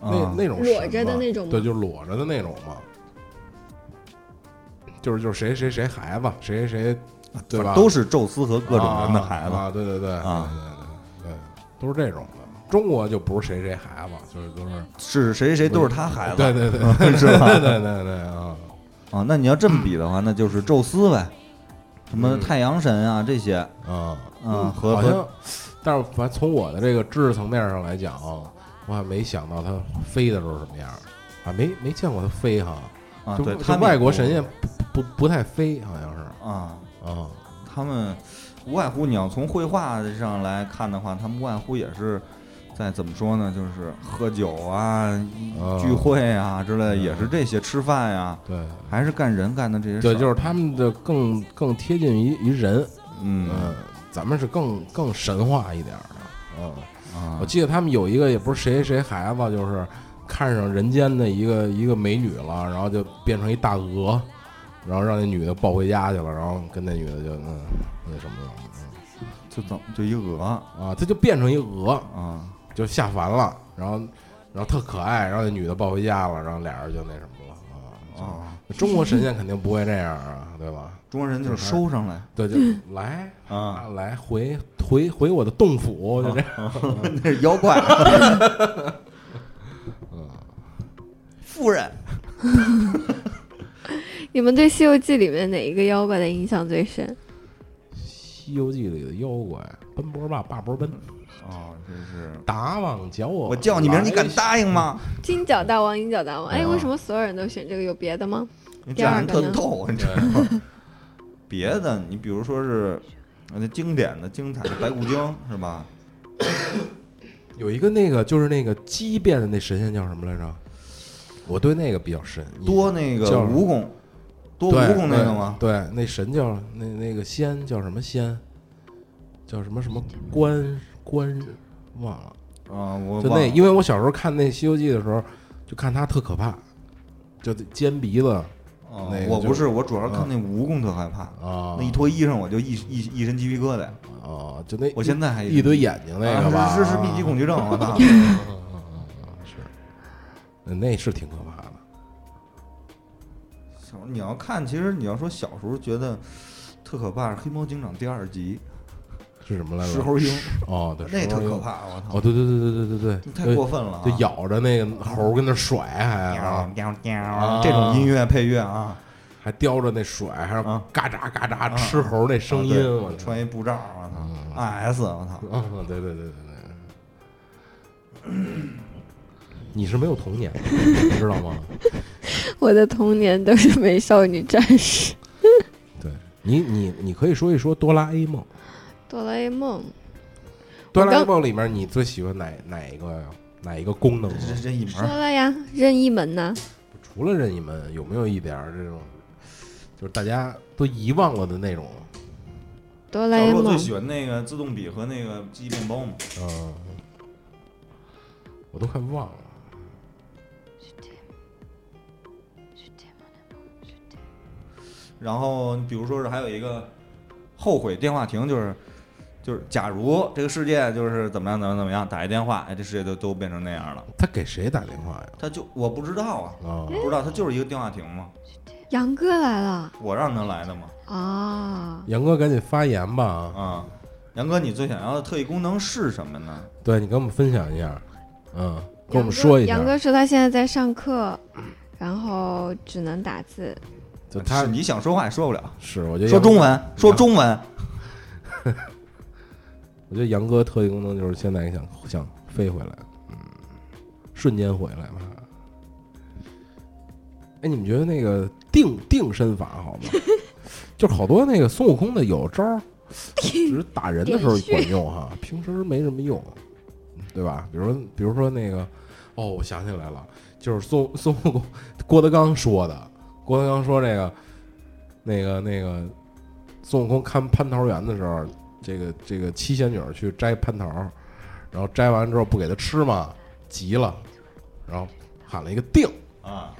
那、啊，那种裸神着的嘛那种吗对，就是裸着的那种嘛。就是就是谁谁谁孩子，谁谁谁对吧？啊都是宙斯和各种人的孩子。啊，啊对对对啊，对对对对，都是这种的。中国就不是谁谁孩子，就是都是是谁谁都是他孩子，对对对 是吧？对对对对啊，啊，那你要这么比的话，那就是宙斯呗，什么嗯太阳神啊这些，啊嗯，和好和像，但是反正从我的这个知识层面上来讲啊，我还没想到它飞的时候什么样儿，啊，没没见过它飞哈，啊，就对，就他们外国神仙不不不太飞，好像是啊，啊，他们无外乎你要从绘画上来看的话，他们无外乎也是在怎么说呢，就是喝酒啊、啊聚会啊之类的，嗯也是这些吃饭呀、对还是干人干的这些事儿。对，就是他们的更更贴近于于人，嗯嗯，咱们是更更神话一点儿的，嗯。啊我，记得他们有一个也不是谁谁孩子，就是看上人间的一个一个美女了，然后就变成一大鹅，然后让那女的抱回家去了，然后跟那女的就嗯那什么了就怎么就一鹅嗯啊，他就变成一鹅啊，就下凡了，然后然后特可爱，然后那女的抱回家了，然后俩人就那什么了啊啊，就中国神仙肯定不会这样啊，对吧？中国人就是收上来对，就来啊啊，来回回回我的洞府，就这样。 那是妖怪。嗯夫人，你们对《西游记》里面哪一个妖怪的印象最深？ 《西游记》里的妖怪奔波霸，霸波奔。哦，这是达旺叫我，我叫你名儿，你敢答应吗？金角大王、银角大王。哎，啊为什么所有人都选这个？有别的吗？你第这样二人个特呢逗，你知道吗？ 别的，你比如说是呃那经典的、精彩的《白骨精》是吧？有一个那个就是那个鸡变的那神仙叫什么来着？我对那个比较深，多那个叫什么蜈蚣，多对蜈蚣那个吗？对，对那神叫那那个仙叫什么仙？叫什么什么关关忘了，啊，我就忘那，了因为我小时候看那《西游记》的时候，就看他特可怕，就得尖鼻子哦那个我就不是，我主要是看那蜈蚣特害怕，啊那一脱衣裳我就一一一身鸡皮疙瘩。啊，就那我现在还一堆眼睛那个吧，啊是是是密集恐惧症，我操！是，那是挺可怕的。小你要看，其实你要说小时候觉得特可怕，《黑猫警长》第二集，是什么来着？石猴鹰，哦，对，那石特猴鹰可。怕，我操哦，！对对对对对对对，太过分了啊，就咬着那个猴儿跟那甩，还喵啊，喵喵啊这种音乐配乐啊，还叼着那甩，还有啊嘎喳嘎啊喳吃猴儿那声音，啊对嗯我操！穿一布罩，我操，IS，我操，啊，对对对对对。 你是没有童年的，你知道吗？ 我的童年都是美少女战士、对你，你你可以说一说《哆啦 A 梦》。《哆啦 A 梦。哆啦 A 刚梦》里面你最喜欢哪哪一个呀？哪一个功能啊？这这一门说儿了呀，任意门呐、除了任意门，有没有一点儿这种，就是大家都遗忘了的那种？哆啦小 A 时候最梦。喜欢那个自动笔和那个记忆面包嘛，嗯，我都快忘了。然后比如说是还有一个后悔电话亭，就是就是假如这个世界就是怎么样怎么样怎么样，打一电话，哎，这世界都都变成那样了，他给谁打电话呀？他就我不知道啊，啊，不知道他就是一个电话亭嘛，杨哥来了我让他来的嘛，啊！杨哥赶紧发言吧啊！啊。杨哥，你最想要的特异功能是什么呢？对你给我们分享一下，嗯，跟我们杨哥说一下杨。哥说他现在在上课，然后只能打字。就他是你想说话也说不了，是，我觉得说杨中，文，说中文，我觉得杨哥特异功能就是现在想想飞回来，嗯，瞬间回来嘛。哎，你们觉得那个定定身法好吗？就是好多那个孙悟空的有招儿，只是打人的时候管用哈，平时没什么用，对吧？比如比如说那个，哦，我想起来了，就是孙孙悟空，郭德纲说的，郭德纲说这个那个那个孙悟空看蟠桃园的时候，这个这个七仙女儿去摘蟠桃，然后摘完之后不给他吃嘛，急了，然后喊了一个定，啊，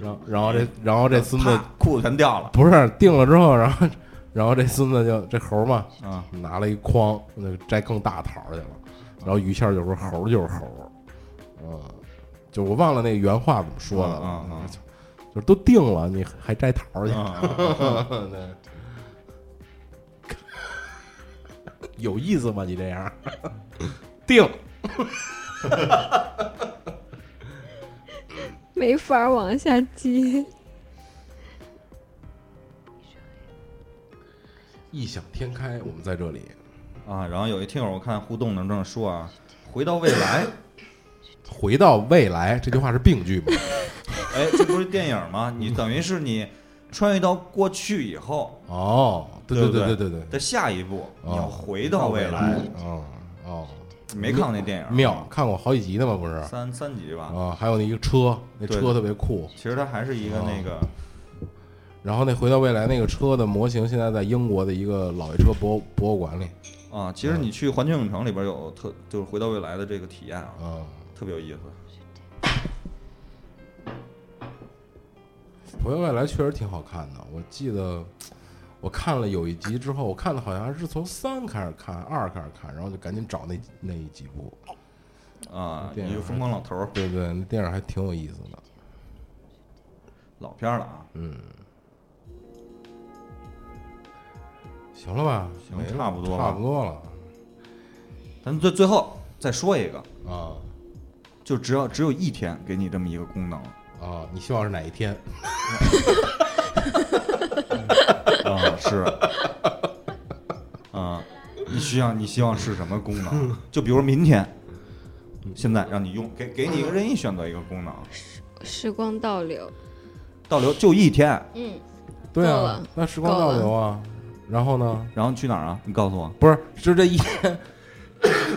然后哎然后这然后这孙子啪裤子全掉了不是定了之后，然后然后这孙子就这猴嘛啊，拿了一筐，那个摘更大桃去了，然后于谦儿就说猴就是猴，嗯，就我忘了那个原话怎么说的了，嗯嗯嗯就就是都定了，你还摘桃去，啊啊啊对。有意思吗？你这 样定没法儿往下接。异想天开，我们在这里啊！然后有一听友我看互动呢，正说啊，回到未来，回到未来，这句话是病 句吗？哎，这不是电影吗？你等于是你穿越到过去以后哦，对对不对对对对对，的下一步，哦你要回到未来。哦哦，你没看过那电影？妙，看过好几集的嘛，不是？三三集吧。啊，还有那一个车，那对车特别酷。其实它还是一个那个然后那回到未来那个车的模型，现在在英国的一个老爷车博博物馆里。啊，其实你去环球影城里边有特就是回到未来的这个体验啊，啊，特别有意思。回到未来确实挺好看的。我记得我看了有一集之后，我看的好像是从三开始看，二开始看，然后就赶紧找那那一几部。啊，电影一个疯狂老头儿，对对，那电影还挺有意思的。老片儿了啊，行了吧？行没了差不多吧差不多了。咱最最后再说一个，啊就只要只有一天给你这么一个功能啊，你希望是哪一天？啊，是，啊，你需要你希望是什么功能？就比如明天，现在让你用，给给你一个任意选择一个功能，时光倒流，倒流就一天，嗯，对够啊了，那时光倒流啊。然后呢？然后你去哪儿啊？你告诉我，不是，是这一天。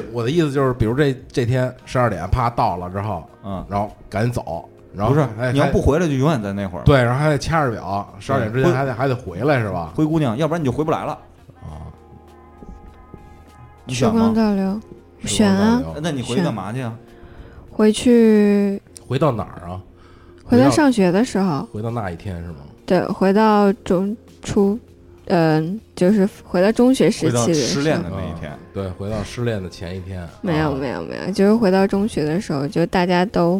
我的意思就是，比如这这天十二点啪到了之后，嗯，然后赶紧走，然后不是哎，你要还不回来就永远在那会儿，对，然后还得掐着表，十二点之前对还得还得回来是吧？灰姑娘，要不然你就回不来了，啊，你时选光吗？倒流，选时光啊，倒流那你回去干嘛去啊？回去回到哪儿啊？回到到上学的时候，回到那一天是吗？对，回到中初，嗯、就是回到中学时回到期的时失候恋的那一天，对，回到失恋的前一天。没有啊没有没有，就是回到中学的时候，就大家都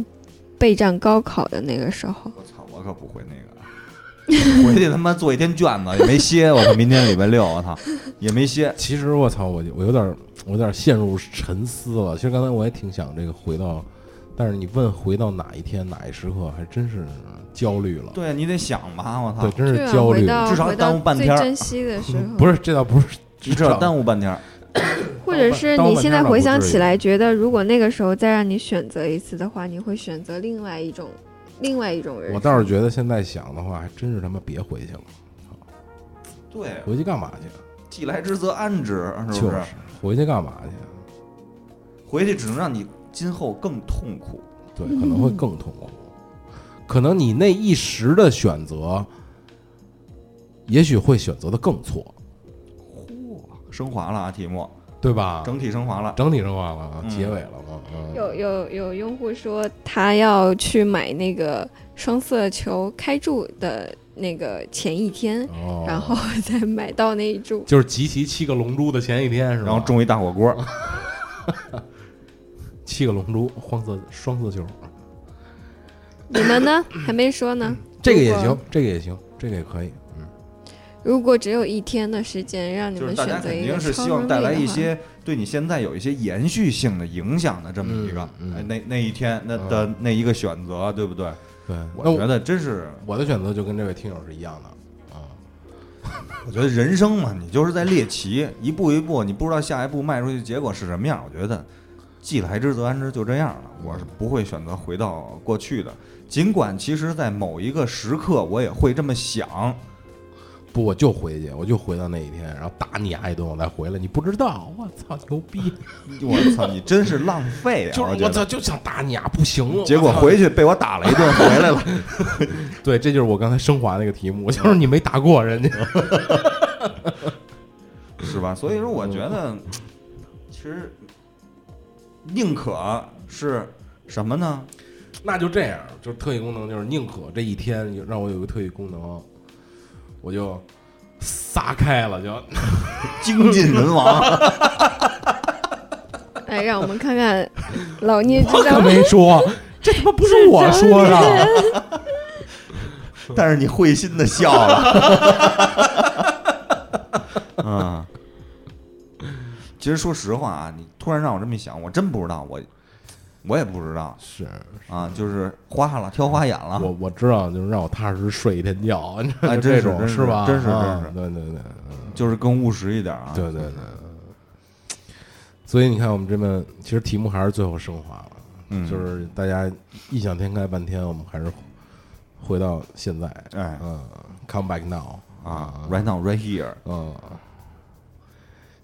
备战高考的那个时候。我操，我可不会那个，回去他妈做一天卷子也没歇，我操，明天礼拜六，我操，也没歇。其实我操，我就我有点儿我有点儿陷入沉思了。其实刚才我也挺想这个回到，但是你问回到哪一天哪一时刻，还真是焦虑了。对啊你得想吧，我对，操，真对是啊焦虑嗯回。到嗯至少回到耽误半天最儿珍惜的时候，不是，这倒不是，你至少耽误半天儿。或者是耽误你半天现在了回不想至起于来，觉得如果那个时候再让你选择一次的话，你会选择另外一种另外一种人我生。倒是觉得现在想的话，还真是他妈别回去了，对，回去干嘛去？既来之则安之，是就不是是？回去干嘛去？回去只能让你今后更痛苦。对，可能会更痛苦。可能你那一时的选择，也许会选择的更错，升华了啊，题目对吧？整整体升华了。整体升华了啊，嗯结尾了嘛。嗯有有有用户说他要去买那个双色球开注的那个前一天，哦，然后再买到那一注。就是集齐七个龙珠的前一天是吧？然后中一大火锅，七个龙珠，黄色双色球，你们呢？还没说呢。嗯这个也如果行，这个也行，这个也可以。嗯，如果只有一天的时间让你就是们大家选择肯一定个是超希能望力带来的一话些对你现在有一些延续性的影响的这么一个，嗯嗯嗯哦哎那那一天那的那一个选择，对不对？对，我那觉得真是，我的选择就跟这位听友是一样的啊。我觉得人生嘛，你就是在猎奇，一步一步，你不知道下一步迈出去结果是什么样。我觉得既来之则安之，就这样了。我是不会选择回到过去的，尽管其实，在某一个时刻，我也会这么想。不，我就回去，我就回到那一天，然后打你丫一顿，我再回来。你不知道，我操，牛逼！我操，你真是浪费啊！就是我我觉操，得就想打你啊丫，不行了。结果我操回去被我打了一顿，回来了。 对，这就是我刚才升华那个题目，就是你没打过人家。 是吧？所以说，我觉得其实宁可是什么呢？那就这样，就是特异功能，就是宁可这一天让我有个特异功能，我就撒开了，就精尽人亡，来，哎让我们看看老聂这可张没说， 这他妈不是我说的。但是你会心的笑了。嗯，其实说实话啊，你突然让我这么一想，我真不知道，我我也不知道是啊，就是花了，挑花眼了。啊我我知道，就是让我踏实睡一天觉，你知道哎就真这是种真是吧？真是啊真是对对对就是更务实一点啊，对对对。所以你看，我们这么其实题目还是最后升华了，嗯，就是大家异想天开半天，我们还是回到现在，哎嗯，come back now，啊，right now right here，嗯，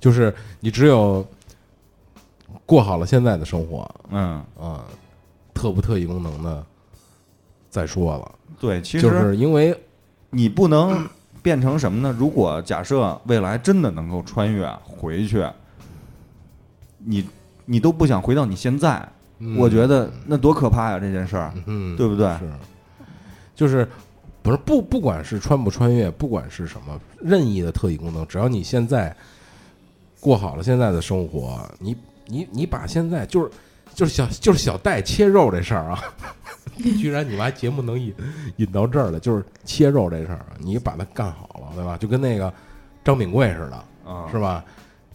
就是你只有过好了现在的生活嗯，啊、特不特异功能的再说了，对，其实就是因为你不能变成什么呢？如果假设未来真的能够穿越回去，你你都不想回到你现在，嗯我觉得那多可怕呀！这件事儿，嗯，对不对？是，就是不是不不管是穿不穿越，不管是什么任意的特异功能，只要你现在过好了现在的生活，你你你把现在就是就是小就是小戴切肉这事儿啊， 居然你们还节目能引引到这儿来，就是切肉这事儿啊，你把它干好了，对吧？就跟那个张炳贵似的，啊，是吧？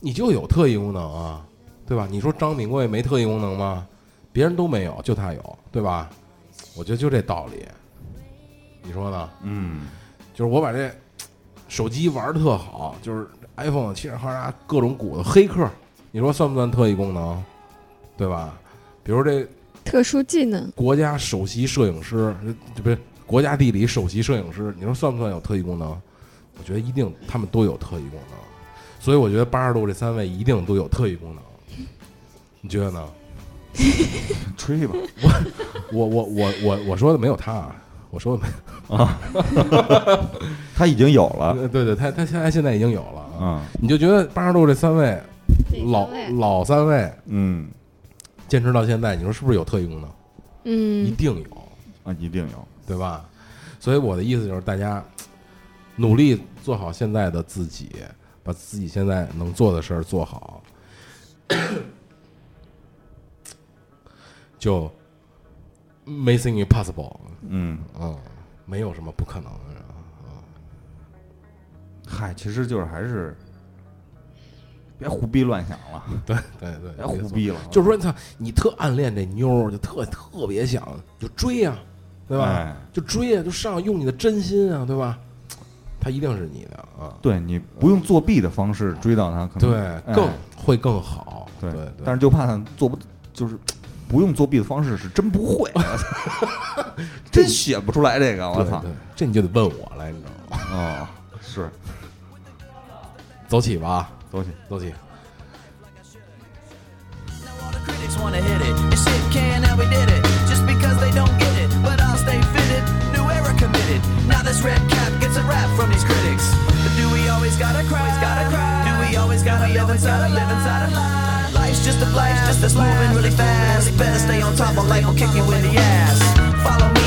你就有特异功能啊，对吧？你说张炳贵没特异功能吗？别人都没有，就他有，对吧？我觉得就这道理，你说呢？嗯，就是我把这手机玩的特好，就是 iPhone 七上哈嚓各种鼓的黑客，你说算不算特异功能？对吧？比如这特殊技能，国家首席摄影师，这不是国家地理首席摄影师，你说算不算有特异功能？我觉得一定，他们都有特异功能，所以我觉得八十度这三位一定都有特异功能，你觉得呢？吹吧，我我我我我说的没有他，啊，我说的没他已经有 了，呃对对，他他现在现在已经有了啊，嗯你就觉得八十度这三位老哪三位老三位嗯坚持到现在，你说是不是有特异功能？一嗯，定有，啊，一定有，对吧？所以我的意思就是，大家努力做好现在的自己，把自己现在能做的事儿做好， 就 amazing impossible，嗯，嗯，没有什么不可能的。嗨，其实就是还是别胡逼乱想了，对对对，别哎胡逼了，就是说，操，你特暗恋这妞儿，就特特别想，就追呀、对吧？哎就追啊呀、就上，用你的真心啊，对吧？他一定是你的啊。对你不用作弊的方式追到他，可能对，更哎会更好。对，对，但是就怕他做不，就是不用作弊的方式是真不会， 真写不出来这个，我对操！对这你就得问我来，你知道吗？哦，是，走起吧，走起。走起。 Now all the critics wanna hit it. This shit can and we did it. Just because they don't get it, but I'll stay fitted. New era committed. Now this red cap gets a rap from these critics. But do we always gotta cry? gotta cry. Do we always gotta live inside a live inside a lie? Life's just a blast, just that's moving really fast. Better stay on top of life will kick you in the ass. Follow me